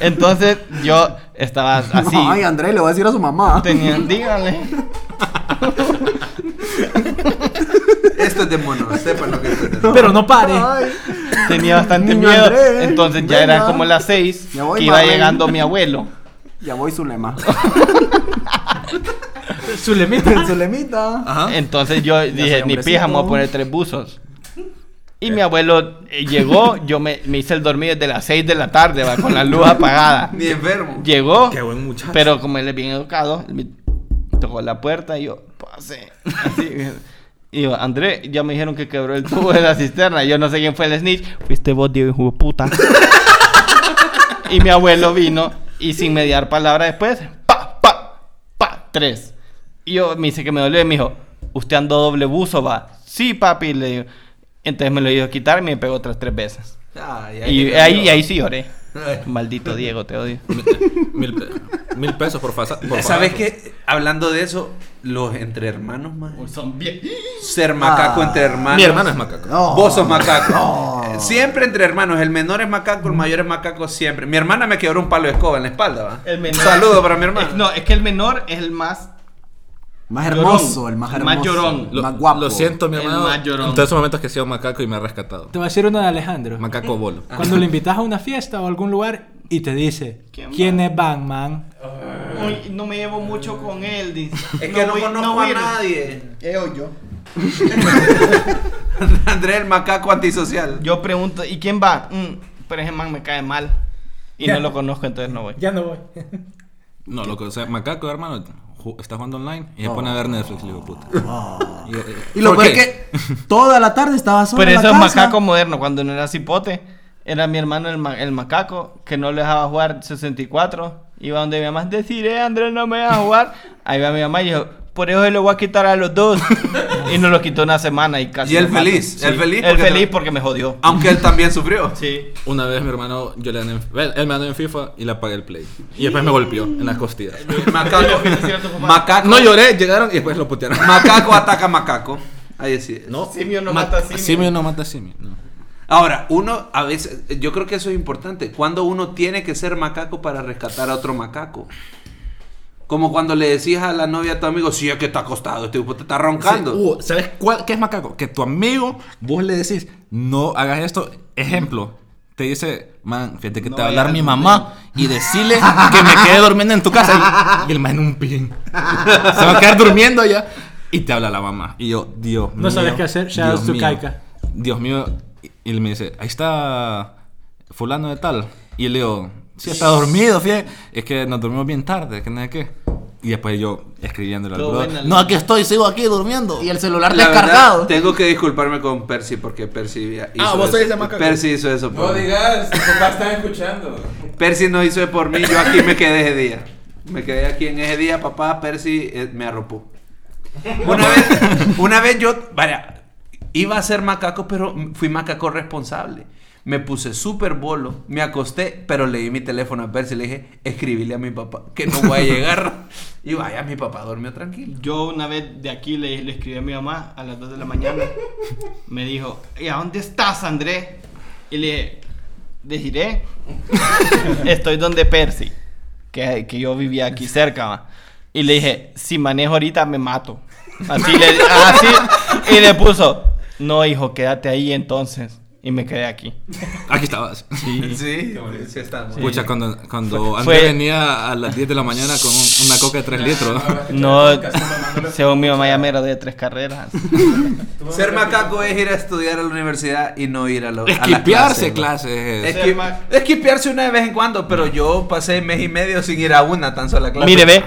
D: Entonces yo estaba así.
F: Ay, André, le voy a decir a su mamá.
D: Tenía, dígale.
C: Esto es de mono, sepan lo que es.
B: Pero no pare.
F: Ay.
D: Tenía bastante
F: Niño
D: miedo.
F: Andrés,
D: Entonces ya eran
F: venga.
D: como las seis.
F: Ya voy,
D: que iba
F: Marlene.
D: llegando mi abuelo.
F: Ya voy Zulema.
B: Zulemita.
F: Zulemita.
D: Entonces yo dije, ni
F: hombrecito.
D: pija, me voy a poner tres buzos. Y mi abuelo eh, llegó, yo me, me hice el dormir desde las 6 de la tarde, va, con la luz apagada.
C: Ni enfermo.
D: Llegó,
H: Qué buen muchacho.
D: pero como él es bien educado, él me tocó la puerta y yo, pase. Así, y yo, André, ya me dijeron que quebró el tubo de la cisterna. Yo no sé quién fue el snitch. Fuiste vos, Diego, hijo de puta. y mi abuelo vino y sin mediar palabra después, pa, pa, pa, tres. Y yo me dice que me dolió y me dijo, ¿usted andó doble buzo, va? Sí, papi, le digo. Entonces me lo hizo quitar y me pegó otras tres veces.
C: Ay, ay,
D: Y
C: qué
D: ahí,
C: cabrón.
D: ahí sí lloré. Maldito Diego, te odio.
A: mil, pe- mil pesos por pasar. por
C: ¿Sabes
A: favor.
C: qué? Hablando de eso, los entre hermanos, man.
D: Pues Son bien.
C: Ser macaco
F: Ah.
C: entre hermanos.
A: Mi hermana es macaco.
F: No.
C: Vos sos macaco. Siempre entre hermanos. El menor es macaco, el mayor es macaco siempre. Mi hermana me quebró un palo de escoba en la espalda. ¿va?
D: El
C: Un
D: menor-
C: saludo para mi hermana.
D: Es- eh, no, es que el menor es el más.
F: Más hermoso,
D: Llorón.
F: el más
D: El
F: hermoso.
D: más llorón.
F: el
A: Lo,
F: más guapo.
A: lo siento, mi
D: El
A: hermano.
D: más
A: En
D: llorón.
A: todos esos momentos que he sido macaco y me ha rescatado.
B: Te voy a decir una de Alejandro.
A: Macaco bolo.
F: Ah.
B: Cuando le invitas a una fiesta o a algún lugar y te dice,
D: ¿Quién
B: ¿quién es Batman?
D: Uy, no me llevo mucho con él, dice.
C: Es que no,
D: voy-
C: conozco
D: voy
C: a
D: ir.
C: nadie.
F: yo.
C: Andrés, el macaco antisocial.
D: Yo pregunto, ¿y quién va? Mm, pero ese man me cae mal. Y no lo conozco, entonces no voy.
B: Ya no voy.
A: No, lo que, o sea, macaco, hermano, ju- está jugando online y se pone a ver Netflix, le digo, puta. Y, eh,
F: Ah. Y lo
A: ¿por
F: peor
A: qué?
F: que toda la tarde estaba solo
D: Pero
F: en la
D: eso es
F: casa.
D: macaco moderno. Cuando no era cipote, era mi hermano el, ma- el macaco, que no le dejaba jugar 64. Iba donde mi mamá, deciré, Andrés, no me deja jugar. Ahí va mi mamá y dijo, por eso se lo voy a quitar a los dos. y nos lo quitó una semana y casi.
C: Y él
D: lo mato.
C: feliz, él feliz
D: Él
C: porque-
D: feliz porque me jodió.
C: Aunque él también sufrió.
D: Sí.
A: Una vez mi hermano, yo le gané- él él me ganó en FIFA y le apagué el play. Y después me golpeó en las costillas.
C: Macaco. macaco.
A: No lloré, llegaron y después lo putearon.
C: Macaco ataca macaco. Ahí sí. es.
A: No,
D: Simio no
A: ma-
D: mata simio.
A: Simio no mata simio. no.
C: Ahora, uno a veces, yo creo que eso es importante. Cuando uno tiene que ser macaco para rescatar a otro macaco. Como cuando le decías a la novia a tu amigo, sí, es que está acostado, este tipo te está roncando.
A: Sí, uh, ¿Sabes cuál, qué es macaco? Que tu amigo, vos le decís, no hagas esto. Ejemplo, te dice, man, fíjate que te va a hablar mi mamá y decirle que me quede durmiendo en tu casa. Y, y el man en un pin. Se va a quedar durmiendo allá. Y te habla la mamá. Y yo, Dios mío.
B: No sabes qué hacer,
A: Dios
B: shoutouts to
A: mío,
B: Kaika.
A: Dios mío. Y, y él me dice, ahí está fulano de tal. Y le digo, sí, está dormido, fíjate. Es que nos dormimos bien tarde, que no sé qué. Y después yo escribiéndole al
D: Todo
A: brother,
D: buena
A: No,
D: la-
A: aquí estoy, sigo aquí durmiendo.
F: Y el celular
C: La verdad,
F: descargado.
C: tengo que disculparme con Percy porque Percy hizo
A: Ah, vos
C: eso.
A: sois de macaco.
C: Percy hizo eso por
A: No
C: mí.
A: digas, tus papás están escuchando.
C: Percy no hizo eso por mí, yo aquí me quedé ese día. Me quedé aquí en ese día, papá, Percy eh, me arropó. Una vez, una vez yo, vaya, iba a ser macaco, pero fui macaco responsable. Me puse súper bolo, me acosté, pero leí mi teléfono a Percy y le dije, escribíle a mi papá que no voy a llegar. Y vaya, mi papá durmió tranquilo.
D: Yo una vez de aquí le, le escribí a mi mamá a las 2 de la mañana. Me dijo, ¿y a dónde estás, Andrés? Y le dije, "Deciré, Estoy donde Percy, que, que yo vivía aquí cerca. ma". Y le dije, si manejo ahorita me mato. Así le así, y le puso, no hijo, quédate ahí entonces. Y me quedé aquí.
A: Aquí estabas.
D: Sí.
C: Sí, sí está. muy
A: Pucha, cuando, cuando Andrés
D: fue-
A: venía a las 10 de la mañana con un- una coca de 3 litros.
D: No, según mi mamá ya me gradué de tres carreras.
C: bien. Ser macaco es ir a estudiar a la universidad y no ir a, la a las
A: Esquipearse eh,
C: clases,
A: clases.
C: Es
D: Ser
C: que-
D: ma-
C: es que piarse una de vez en cuando, pero yo pasé mes y medio sin ir a una tan sola clase.
D: Mm. Mire, ve,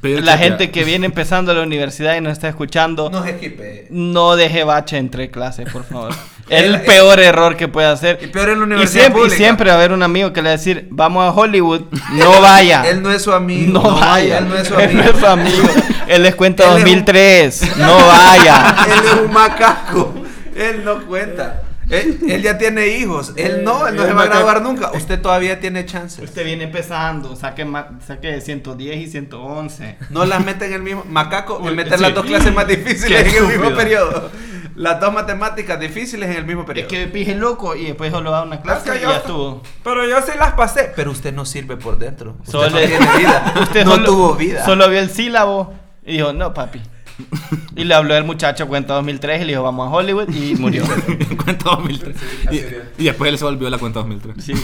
A: pedir
D: la
A: chapia.
D: gente que viene empezando la universidad y nos está escuchando,
C: No esquipe.
D: no deje bache entre clases, por favor. Es
C: El-
D: el peor error que puede hacer.
C: Y peor en la
D: Y
C: universidad
D: siempre, y
C: pública.
D: siempre va a haber un amigo que le va a decir, vamos a Hollywood, no vaya.
C: Él no es su amigo.
D: no, vaya.
C: Él no es su
D: Él
C: amigo.
D: no es su amigo. Él les cuenta
C: Él es un-
D: 2003, no vaya.
C: Él es un macaco. Él no cuenta. Él, él ya tiene hijos. Él no,
D: Eh,
C: él no se va a graduar nunca. Usted todavía tiene chances.
D: Usted viene empezando, saque, ma- saque 110 y 111.
C: No las mete en el mismo. Macaco,
D: Uy,
C: en meter
D: sí.
C: las dos clases más difíciles en
D: Qué
C: el mismo
D: estúpido.
C: periodo. Las dos matemáticas difíciles en el mismo
D: Es
C: periodo.
D: que pije loco y después solo va a una
C: Es
D: clase
C: que
D: y
C: yo-
D: ya estuvo.
C: Pero yo sí las pasé. Pero usted no sirve por dentro. Usted
D: Solo-
C: no tiene vida.
D: Usted
C: no
D: solo-
C: tuvo vida.
D: Solo vio el sílabo y dijo, no, papi. Y le habló el muchacho, cuenta 2003, y le dijo, vamos a Hollywood, y murió.
A: cuenta 2003. Y, y después él se volvió la cuenta 2003.
D: Sí.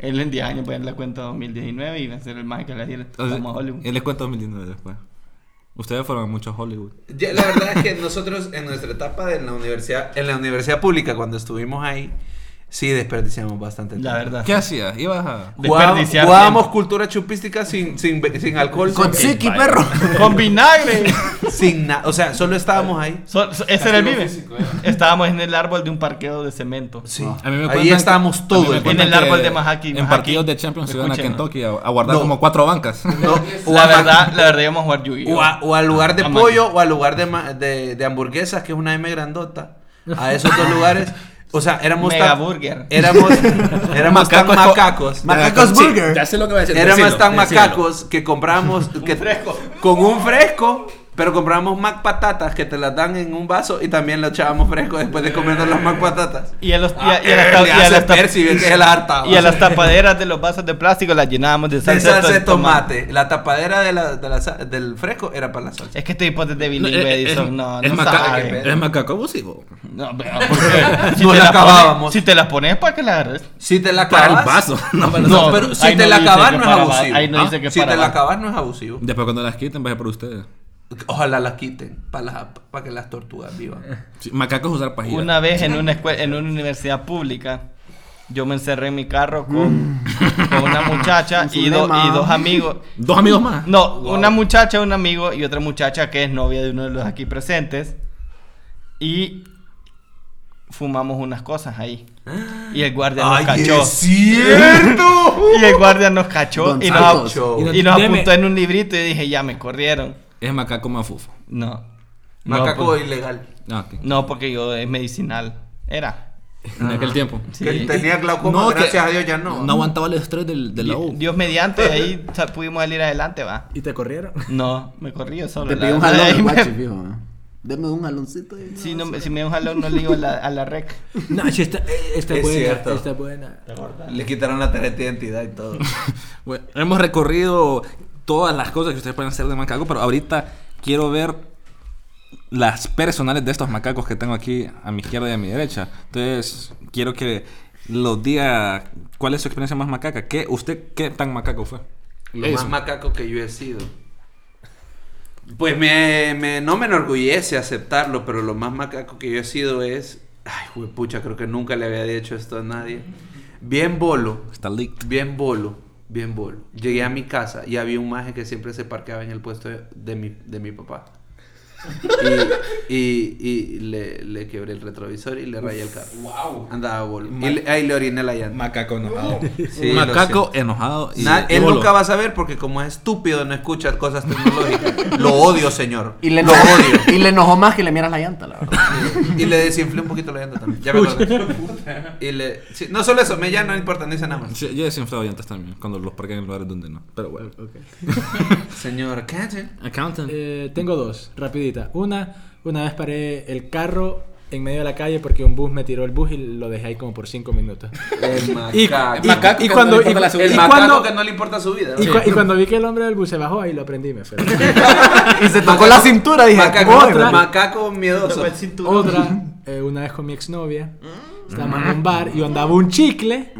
D: Él en 10 años puede dar la cuenta 2019 y va a ser el más que le diga,
A: O sea,
D: vamos a Hollywood.
A: él les cuenta 2019 después. Ustedes fueron a muchos Hollywood.
C: Ya, la verdad es que nosotros en nuestra etapa de la universidad, en la universidad pública, cuando estuvimos ahí, sí desperdiciamos bastante tiempo.
D: La verdad.
A: ¿Qué hacías? Ibas a.
C: Jugábamos,
D: Desperdiciar
C: jugábamos cultura chupística sin, sin, be- sin alcohol.
F: Con
C: sin,
F: Siki, perro.
D: tiempo. Con vinagre.
C: sin nada. O sea, solo estábamos ahí.
D: So- so- ese era el vive. Estábamos en el árbol de un parqueo de cemento.
C: Sí.
A: A mí me
C: ahí
A: cuentan-
C: estábamos
A: a mí
C: todo
A: me
C: el
D: En
A: cuentan
D: el árbol
A: que
D: de Mahaki,
A: En
D: Mahaki.
A: partidos de Champions se iban a
D: Escuchen.
A: Kentucky a, a guardar
C: No.
A: como cuatro bancas.
C: No, o,
D: La
C: a ma-
D: verdad, la verdad íbamos a jugar Yu-Gi-Oh.
C: o a- o al lugar de
D: A Mahaki.
C: pollo o al lugar de, ma- de, de hamburguesas, que es una M grandota. A esos dos lugares. O sea, éramos
D: Mega
C: tan-
D: burger.
C: Éramos, éramos tan
A: Macaco es co-
C: macacos.
F: Macacos
A: Sí,
F: Burger.
A: ya sé lo que voy a decir.
C: Éramos
A: decilo,
C: tan
A: decilo.
C: macacos que compramos que,
D: fresco.
C: con un fresco, pero compramos mac patatas que te las dan en un vaso y también lo echábamos fresco después de comernos las mac patatas. eh,
D: Y a, los, y a- y a las
C: Ah,
D: tap-
C: Le
D: y a
C: hace
D: las tap-
C: Percy, ve que es el harta.
D: y a las tapaderas de los vasos de plástico las llenábamos de
C: de
D: salsa,
C: salsa de tomate. La tapadera de la, de la sa- del fresco era para la salsa.
D: Es que este tipo de
A: No,
D: bilingüe,
A: eh, eh,
D: Edison, no,
A: es
D: no
A: maca-
D: sabe.
A: es macaco abusivo.
D: No, pero ¿por qué?
C: No
D: te
C: la
D: las pones-
C: acabábamos.
D: si te las pones, ¿para qué la agarres?
C: Si te la
A: Para el
C: acabas-
A: vaso. No, para
C: No,
A: no,
C: pero si
D: ahí
C: te
D: no
C: la
D: dice
C: acabas
D: que
C: no es
D: para va-
C: abusivo.
D: ahí no
A: Ah,
D: dice que
C: si
D: para
C: te la
D: va.
C: acabas no es abusivo.
A: Después cuando las quiten, vaya por ustedes.
C: Ojalá las quiten para que las tortugas vivan.
A: Sí, macacos usar pajilla.
D: Una vez en una escue- en una universidad pública, yo me encerré en mi carro con,
A: Mm.
D: con una muchacha y, do- y dos amigos.
A: Dos amigos más.
D: No, una muchacha, un amigo y otra muchacha que es novia de uno de los aquí presentes. Y fumamos unas cosas ahí. Y el guardia nos cachó.
C: cierto!
D: Y el guardia nos cachó y nos,
C: Gonzalo.
D: y nos
B: Deme-
D: apuntó en un librito y dije, ya me corrieron.
A: Es macaco mafufo.
D: No. No,
C: Macaco
D: pues-
C: ilegal.
A: Ah, ok.
D: no, porque yo es medicinal. Era.
A: En aquel tiempo.
D: Sí.
C: Que tenía glaucoma,
A: No, que-
C: gracias a Dios ya no.
A: No aguantaba el estrés del, de la U.
D: Dios mediante, ahí sa- pudimos salir adelante, va.
F: ¿Y te corrieron?
D: No, me corrí yo solo.
F: Te
D: la
F: pidió un
D: verdad,
F: jalón,
D: ahí
F: el
D: me-
F: guachi, fijo. ¿no? Deme un jaloncito. ahí,
D: si,
F: ¿no?
D: no, me- si me dio un jalón, no le digo a la, a la rec.
B: No, sí, está, eh, está
C: Es
B: buena.
C: cierto.
B: Está buena.
C: Le quitaron la tarjeta de identidad y todo.
A: Bueno, hemos recorrido todas las cosas que ustedes pueden hacer de macaco, pero ahorita quiero ver las personales de estos macacos que tengo aquí a mi izquierda y a mi derecha. Entonces, quiero que los diga cuál es su experiencia más macaca. ¿Qué, ¿Usted qué tan macaco fue?
C: Lo
A: Eso.
C: más macaco que yo he sido. Pues me, me- no me enorgullece aceptarlo, pero lo más macaco que yo he sido es. Ay, pucha, creo que nunca le había dicho esto a nadie. Bien bolo,
A: Está leaked.
C: bien bolo, bien bolo. Llegué a mi casa y había un maje que siempre se parqueaba en el puesto de, de mi, de mi papá. Y, y, y le, le quebré el retrovisor y le rayé el carro. ¡Wow! Andaba boludo. Y le- ahí le oriné la llanta.
A: Macaco enojado.
C: Sí, lo
I: Macaco
C: siento.
I: enojado. y-
C: Na-
I: y
C: él
I: bolo.
C: nunca va a saber porque como es estúpido no escucha cosas tecnológicas. Lo odio, señor.
F: Y le,
C: lo
F: enojó,
C: odio.
F: y le enojó más que le miras la llanta, la verdad.
C: Y le desinflé un poquito la llanta también. Ya me acordé. Y le... sí, no solo eso, me ya no importa, no hice nada más.
I: Sí, yo he desinflado llantas también cuando los parqué en lugares donde no. Pero bueno.
C: Señor, cállate.
I: Accountant.
B: Eh, tengo dos, rapidita. Una, una vez paré el carro en medio de la calle porque un bus me tiró el bus y lo dejé ahí como por cinco minutos.
C: El
B: Y-
C: macaco.
B: y- y cuando- y-
C: El
B: y
C: macaco
B: cuando-
C: que no le importa su vida.
B: Y, cua- y cuando vi que el hombre del bus se bajó, ahí lo aprendí, me fue.
F: Y se tocó la cintura, dije.
C: Macaco,
F: "Otra".
C: macaco miedoso.
B: Otra, eh, una vez con mi exnovia, estábamos en un bar y yo andaba un chicle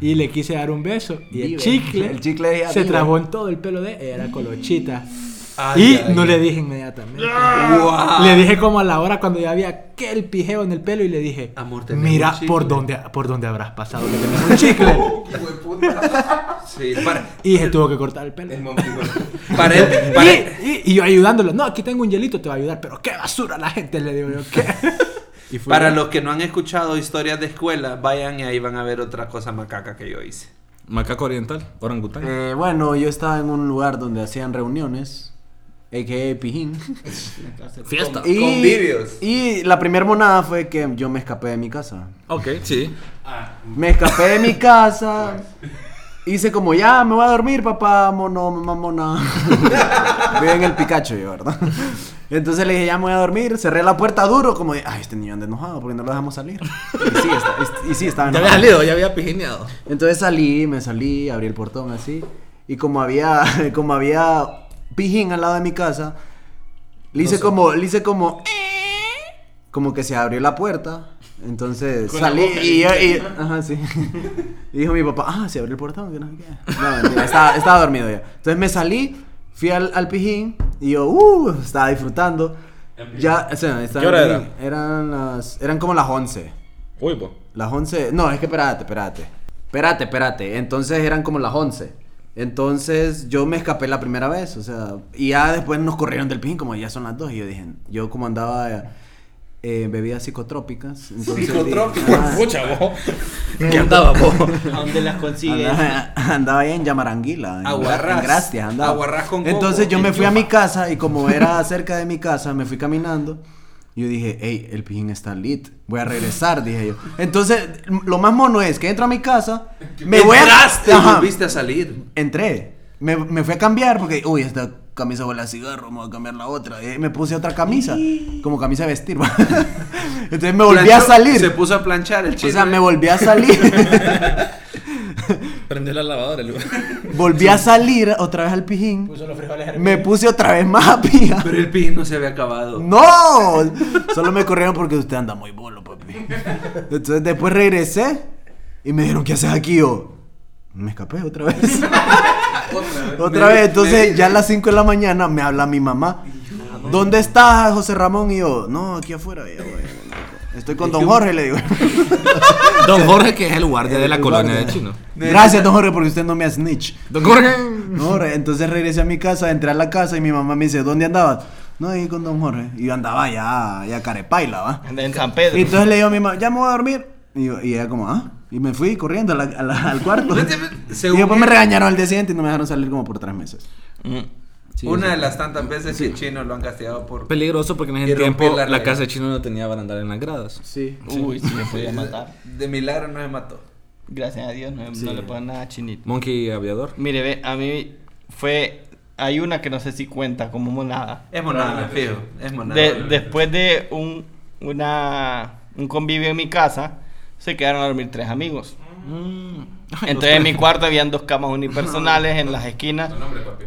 B: y le quise dar un beso. Y el
F: Vive.
B: chicle,
F: El chicle es
B: se
F: vivo.
B: trabó en todo el pelo de ella, era colochita.
C: Ay,
B: y
C: ay, Ah.
B: no
C: ay.
B: le dije inmediatamente.
C: Wow.
B: Le dije como a la hora cuando ya había aquel pijeo en el pelo y le dije,
C: Amor, tenés un
B: mira
C: chicle".
B: por dónde, por dónde habrás pasado que tenés un chicle.
C: Sí, para,
B: y se tuvo que cortar el pelo.
C: para él. Para él.
B: Y, y- y yo ayudándolo, no, aquí tengo un hielito, te va a ayudar, pero qué basura la gente, le digo yo, qué.
C: Para los que no han escuchado historias de escuela, vayan y ahí van a ver otra cosa macaca que yo hice.
I: Macaco oriental. Orangután.
F: Eh, bueno, yo estaba en un lugar donde hacían reuniones, a.k.a. Pijín.
I: Fiesta.
F: y,
C: Convivios.
F: Y la primera monada fue que yo me escapé de mi casa.
I: Ok, sí.
F: Me escapé de mi casa. Hice como, ya, me voy a dormir, papá, mono, mamona. Vive en el Pikachu yo, ¿verdad? Entonces le dije, ya me voy a dormir. Cerré la puerta duro, como, de, ay, este niño anda enojado porque no lo dejamos salir. Y sí, está- y sí estaba
I: Ya
F: enojado.
I: había salido, ya había pijineado.
F: Entonces salí, me salí, abrí el portón así. Y como había, como había pijín al lado de mi casa, le hice como, le hice como, como que se abrió la puerta. Entonces
D: Con la
F: salí
D: boca
F: y, yo- y-
D: limpia.
F: ajá, sí. Y dijo mi papá, ah, se abrió el portón, que no sé qué. No, mentira, estaba, estaba dormido ya. Entonces me salí, fui al, al pijín y yo, uh, estaba disfrutando. Ya, o sea, estaba
I: ¿Qué hora
F: en pijín. Eran las, eran como las 11.
I: Uy, po.
F: Las 11. No, es que espérate, espérate. Espérate, espérate. Entonces eran como las 11. Entonces yo me escapé la primera vez, o sea, y ya después nos corrieron del pin, como ya son las 2. Y yo dije, yo como andaba eh, bebidas psicotrópicas. Entonces, "Ah,
C: Psicotrópicas.
F: dije,
I: ¿Qué andaba, po?
D: ¿A dónde las
F: ah,
D: consigues?
F: andaba, andaba ahí en Yamaranguila. en-
C: Aguarrás.
F: En Gracias, andaba.
C: Aguarrás con coco.
F: Entonces yo
C: En
F: me fui a
C: Yuma.
F: mi casa y como era cerca de mi casa, me fui caminando. Yo dije, hey, el pijín está lit. Voy a regresar, dije yo. Entonces, lo más mono es que entro a mi casa, me voy a...
C: Entraste y
F: Ajá.
C: volviste a salir.
F: Entré. Me, me fui a cambiar porque, uy, esta camisa huele a cigarro, me voy a cambiar la otra. Y me puse otra camisa, como camisa de vestir. va. Entonces me volví a
C: Planchó-
F: salir.
C: Se puso ¿eh? a planchar el
F: O
C: chico.
F: sea, me volví a salir.
I: Prendió la lavadora, el
F: volví a salir otra vez al pijín.
B: Puso los frijoles hervidos.
F: Me puse otra vez más pija.
C: Pero el pin no se había acabado.
F: ¡No! Solo me corrieron porque usted anda muy bolo, papi. Entonces después regresé y me dijeron, ¿qué haces aquí? Yo, me escapé otra vez. Otra
C: Me-
F: vez, entonces
C: me-
F: ya a las 5 de la mañana me habla mi mamá. ¿Dónde estás, José Ramón? Y yo, no, aquí afuera. Y yo, "Bueno, Estoy con don Jorge, le digo.
I: Don Jorge, que es el guardia de la
F: El
I: colonia
F: guardia.
I: de chino.
F: Gracias, don Jorge, porque usted no me ha snitch.
I: Don Jorge.
F: No, re- entonces regresé a mi casa, entré a la casa y mi mamá me dice, ¿dónde andabas? No, ahí con don Jorge. Y yo andaba ya, ya carepaila, ¿va?
D: Anda En San
F: Y
D: Pedro.
F: entonces le digo a mi mamá, ya me voy a dormir. Y, yo- y ella como, ah. Y me fui corriendo a la- a la- al cuarto.
C: Vete, vete. Según
F: y después me
C: él-
F: regañaron al día siguiente y no me dejaron salir como por tres meses.
D: Mm.
C: Una de las tantas veces que el chino lo han castigado por.
I: Peligroso porque en
C: Y
I: ese
C: romper
I: tiempo
C: la
I: la,
C: regla.
I: casa de chino no tenía barandal en las gradas.
F: Sí.
D: Uy, sí le podía
C: Sí,
D: matar.
C: De milagro no se mató.
D: Gracias a Dios no, no le ponen nada chinito.
I: Monkey aviador.
D: Mire, ve, a mí fue. Hay una que no sé si cuenta como monada.
C: Es monada, fijo. Es monada.
D: De- después de un, una, un convivio en mi casa, se quedaron a dormir tres amigos.
A: Mm. Ah,
D: Entonces en mi cuarto habían dos camas unipersonales en las esquinas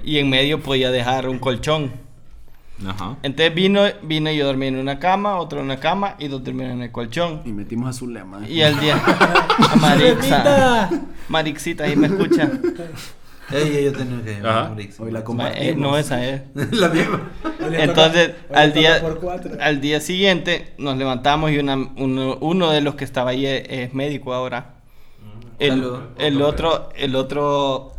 D: y en medio podía dejar un colchón.
I: Ajá.
D: Entonces vino, vino y yo dormí en una cama, otro en una cama y dos dormían en el colchón.
F: Y metimos a Zulema.
D: Y al día... a Marixa. Marixita, ahí me escucha.
C: Ella yo tenía que
I: Ajá.
F: Hoy la
D: Ma- eh,
F: compartimos.
D: no, esa es.
C: La misma.
D: Entonces,
B: toca- hoy
D: al,
B: le
D: día,
B: toca por cuatro.
D: al día siguiente nos levantamos y una- uno, uno de los que estaba ahí es, es médico ahora. El,
C: Saludos.
D: el otro, el otro,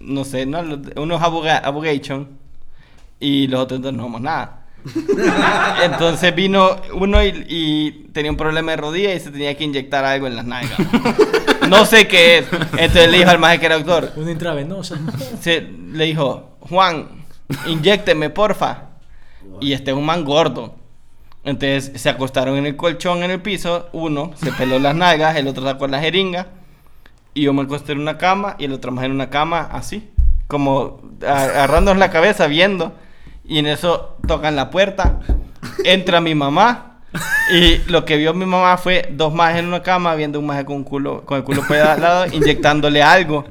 D: no sé, no, lo- uno es aboga- abogation y los otros dos no somos nada. Entonces vino uno y, y tenía un problema de rodilla y se tenía que inyectar algo en las nalgas. No sé qué es. Entonces le dijo al maje que era doctor.
B: Una intravenosa.
D: se- le dijo, Juan, inyécteme, porfa. Y este es un man gordo. Entonces se acostaron en el colchón en el piso. Uno se peló las nalgas, el otro sacó la jeringa. Y yo me acosté en una cama y el otro más en una cama así. Como a- agarrándonos la cabeza, viendo. Y en eso tocan la puerta. Entra mi mamá. Y lo que vio mi mamá fue dos más en una cama viendo un maje con, un culo, con el culo pedalado inyectándole algo.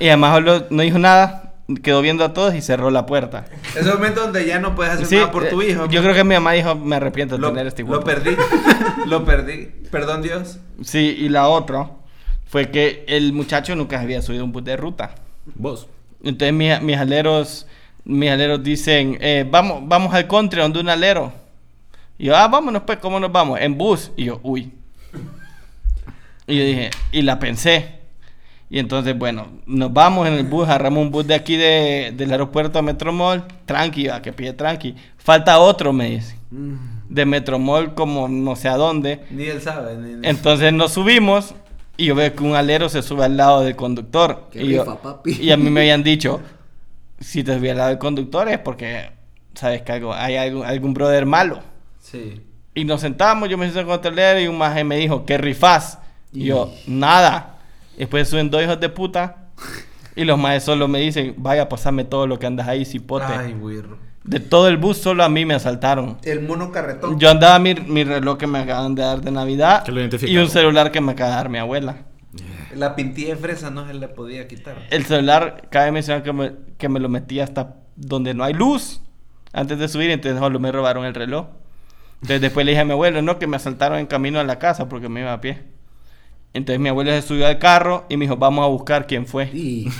D: Y además habló- no dijo nada, quedó viendo a todos y cerró la puerta.
C: Es el momento donde ya no puedes hacer
D: Sí,
C: nada por tu
D: eh,
C: hijo. pues.
D: Yo creo que mi mamá dijo, me arrepiento de
C: lo,
D: tener este
C: lo
D: hijo.
C: perdí. lo perdí. Perdón, Dios.
D: Sí, y la otra fue que el muchacho nunca había subido un bus de ruta.
A: Vos.
D: Entonces mis, mis aleros, mis aleros dicen, eh, vamos, vamos al country donde un alero. Y yo, ah, vámonos pues, ¿cómo nos vamos? En bus. Y yo, uy. Y yo dije, y la pensé. Y entonces, bueno, nos vamos en el bus, agarramos un bus de aquí de- del aeropuerto a Metromol, tranqui, va, que pide tranqui. Falta otro, me dice. De Metromol como no sé a dónde.
C: Ni él sabe. ni- ni-
D: Entonces nos subimos y yo veo que un alero se sube al lado del conductor.
J: Qué
D: y, yo-
J: rifa, papi.
D: y a mí me habían dicho, si te subí al lado del conductor es porque sabes que algo, hay algún, algún brother malo.
C: Sí.
D: Y nos sentamos, yo me senté con el alero y un maje me dijo, ¿qué rifás? Y yo, nada. Después suben dos hijos de puta y los majes solo me dicen, vaya, pasame todo lo que andas ahí, cipote.
C: Ay, güirro.
D: De todo el bus solo a mí me asaltaron.
C: El mono carretón.
D: Yo andaba mi, mi reloj que me acaban de dar de Navidad
A: Que lo identifica,
D: y un
A: ¿no?
D: celular que me acaba de dar mi abuela.
C: La pintilla de fresa no se la podía quitar.
D: El celular, cabe mencionar que me, que me lo metí hasta donde no hay luz antes de subir, entonces solo me robaron el reloj. Entonces después le dije a mi abuelo, no, que me asaltaron en camino a la casa porque me iba a pie. Entonces mi abuelo se subió al carro y me dijo, vamos a buscar quién fue.
J: Y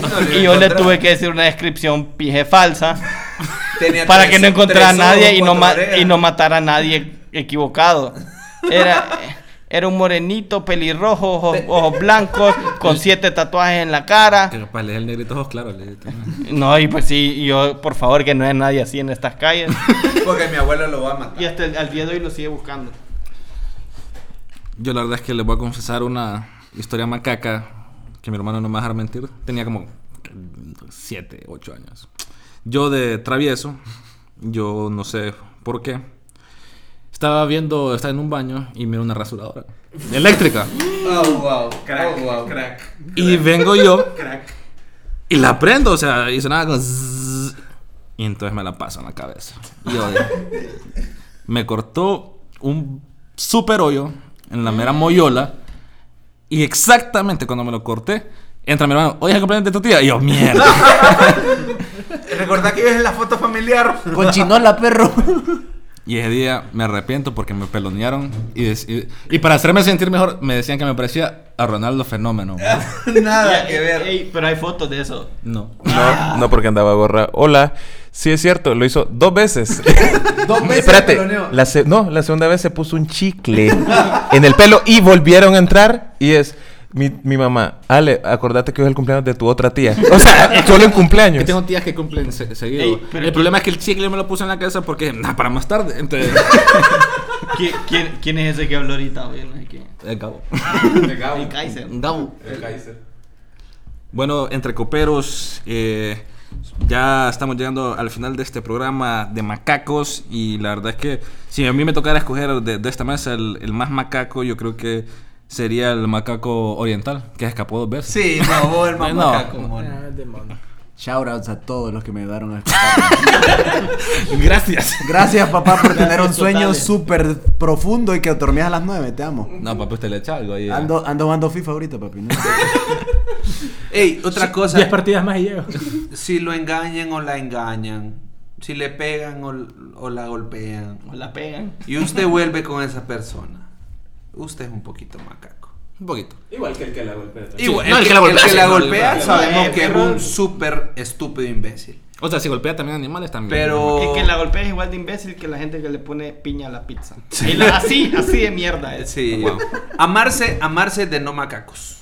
C: No,
D: Y yo le
C: encontraba.
D: tuve que decir una descripción pije falsa.
C: Tenía
D: para
C: tres-
D: que no encontrara a
C: tres ojos,
D: nadie y no,
C: cuatro
D: ma-
C: orejas.
D: y no matara a nadie equivocado. Era, era un morenito, pelirrojo, ojos, ojos blancos, con siete tatuajes en la cara.
A: Que capaz lees el negrito ojos, claro. lees también.
D: No, y pues sí, y yo, por favor, que no es nadie así en estas calles.
C: Porque mi abuelo lo va a matar.
D: Y hasta el, al día de hoy lo sigue buscando.
A: Yo la verdad es que les voy a confesar una historia macaca que mi hermano no me va a dejar mentir. Tenía como 7, 8 años. Yo de travieso, yo no sé por qué, estaba viendo, estaba en un baño y miro una rasuradora eléctrica.
C: Oh, wow. Crack, crack.
A: Y vengo yo
C: Crack.
A: y la prendo, o sea, y sonaba como zzzz. y entonces me la paso en la cabeza. Y yo de- me cortó un super hoyo en la mera moyola y exactamente cuando me lo corté, entra mi hermano, oye, completamente tu tía. Y yo, mierda.
C: Recordá que ves la foto familiar.
F: Con chinola, perro.
A: Y ese día me arrepiento porque me pelonearon y, dec- y, y para hacerme sentir mejor me decían que me parecía a Ronaldo Fenómeno.
C: Nada
D: Y-
C: que ver.
D: ey, pero hay fotos de eso.
A: No.
K: No, no porque andaba gorra. Hola. Sí, es cierto, lo hizo dos veces.
C: Dos veces
K: Espérate.
C: paloneó.
K: La se- no, la segunda vez se puso un chicle en el pelo y volvieron a entrar. Y es mi, mi mamá, Ale, acordate que hoy es el cumpleaños de tu otra tía. O sea, solo en
A: Que
K: cumpleaños.
A: tengo tías que cumplen se- seguido.
D: Ey, pero-
A: el problema es que el chicle me lo puse en la cabeza porque, nah, para más tarde. Entonces,
D: ¿Qui- ¿Quién, quién es ese que habló ahorita? güey? No sé quién.
A: eh, cabo.
D: El Kaiser.
A: Gabo. Bueno, entre coperos, eh, ya estamos llegando al final de este programa de macacos y la verdad es que si a mí me tocara escoger de, de esta mesa el, el más macaco, yo creo que sería el macaco oriental, que escapó dos veces.
C: Sí, no, vos el
A: No.
C: mamá como
B: Ah, demonio.
F: Shoutouts a todos los que me ayudaron a escapar.
A: Gracias.
F: Gracias, papá, por tener un
D: Totales.
F: sueño súper profundo y que dormías a las 9. Te amo.
A: No, papá, usted le echa algo ahí.
F: Ando, ando jugando FIFA ahorita, papi. ¿no?
C: Ey, otra cosa.
B: 10 partidas más y llego.
C: Si lo engañan o la engañan. Si le pegan o, o la golpean.
D: O la pegan.
C: Y usted vuelve con esa persona. Usted es un poquito macaco.
A: Un poquito.
J: Igual que el que la golpea.
C: Y bueno,
A: no, el
C: el, que,
A: que la golpea,
C: el que
A: sí,
C: la
A: no, el
C: golpea
A: que la
C: sabemos
D: golpea.
C: que es un súper estúpido imbécil.
A: O sea, si golpea también animales también.
C: Pero-
D: Es que la golpea es igual de imbécil que la gente que le pone piña a la pizza. Y la- así, así de mierda es.
C: Sí. Amarse, amarse de no macacos.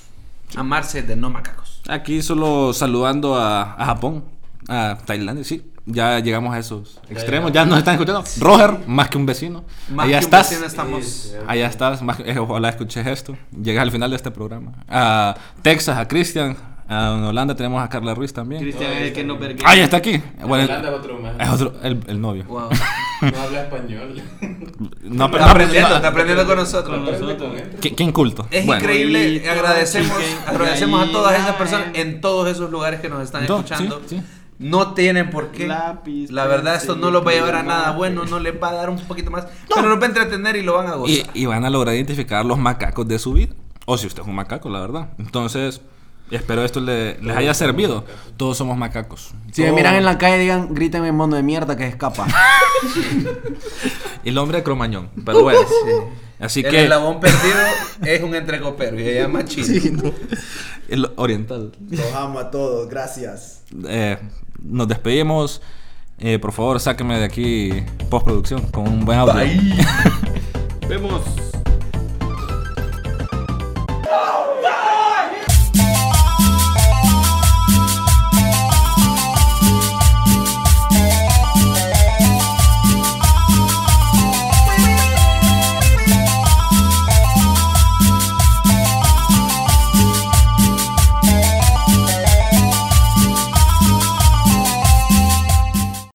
C: Amarse de no macacos.
A: Aquí solo saludando a, a Japón, a Tailandia, sí. ya llegamos a esos extremos. Ya nos están escuchando. Roger, más que un vecino.
C: Más
A: allá
C: que un
A: estás.
C: vecino estamos.
A: Allá estás. Más, que- eh, ojalá escuches esto. Llegas al final de este programa. A Texas, a Christian. A en Holanda tenemos a Carla Ruiz también.
D: Cristian es el que no pergué.
A: Ah, ya está aquí. Bueno,
K: Holanda es otro más.
A: es otro, el, el novio.
L: Wow.
K: No habla español.
A: No, pero-
C: Está aprendiendo, está
A: no,
C: aprendiendo con nosotros.
D: Con nosotros.
A: qué, qué inculto.
C: Es
A: Bueno.
C: increíble,
D: Bonito,
C: agradecemos,
D: chicken,
C: agradecemos a todas esas personas
D: gallina.
C: en todos esos lugares que nos están
A: Do-
C: escuchando.
A: sí, sí.
C: No tienen por qué.
D: Lápiz,
C: la verdad, esto no los va a llevar a
D: pluma.
C: nada bueno, no les va a dar un poquito más. Pero los va a entretener y lo van a gozar.
A: Y, y van a lograr identificar los macacos de su vida. O si usted es un macaco, la verdad. Entonces, espero esto le- les haya servido. Todos somos macacos.
F: Si me
A: Todos-
F: miran en la calle, digan, grítame mono de mierda que se escapa.
A: El hombre de Cromañón. Pero bueno. Así
C: el
A: que.
C: eslabón perdido es un entrecopero y se llama chino.
A: El oriental.
M: Los amo a todos, gracias.
A: Eh, nos despedimos. Eh, por favor, sáquenme de aquí postproducción con un buen audio.
D: Vemos.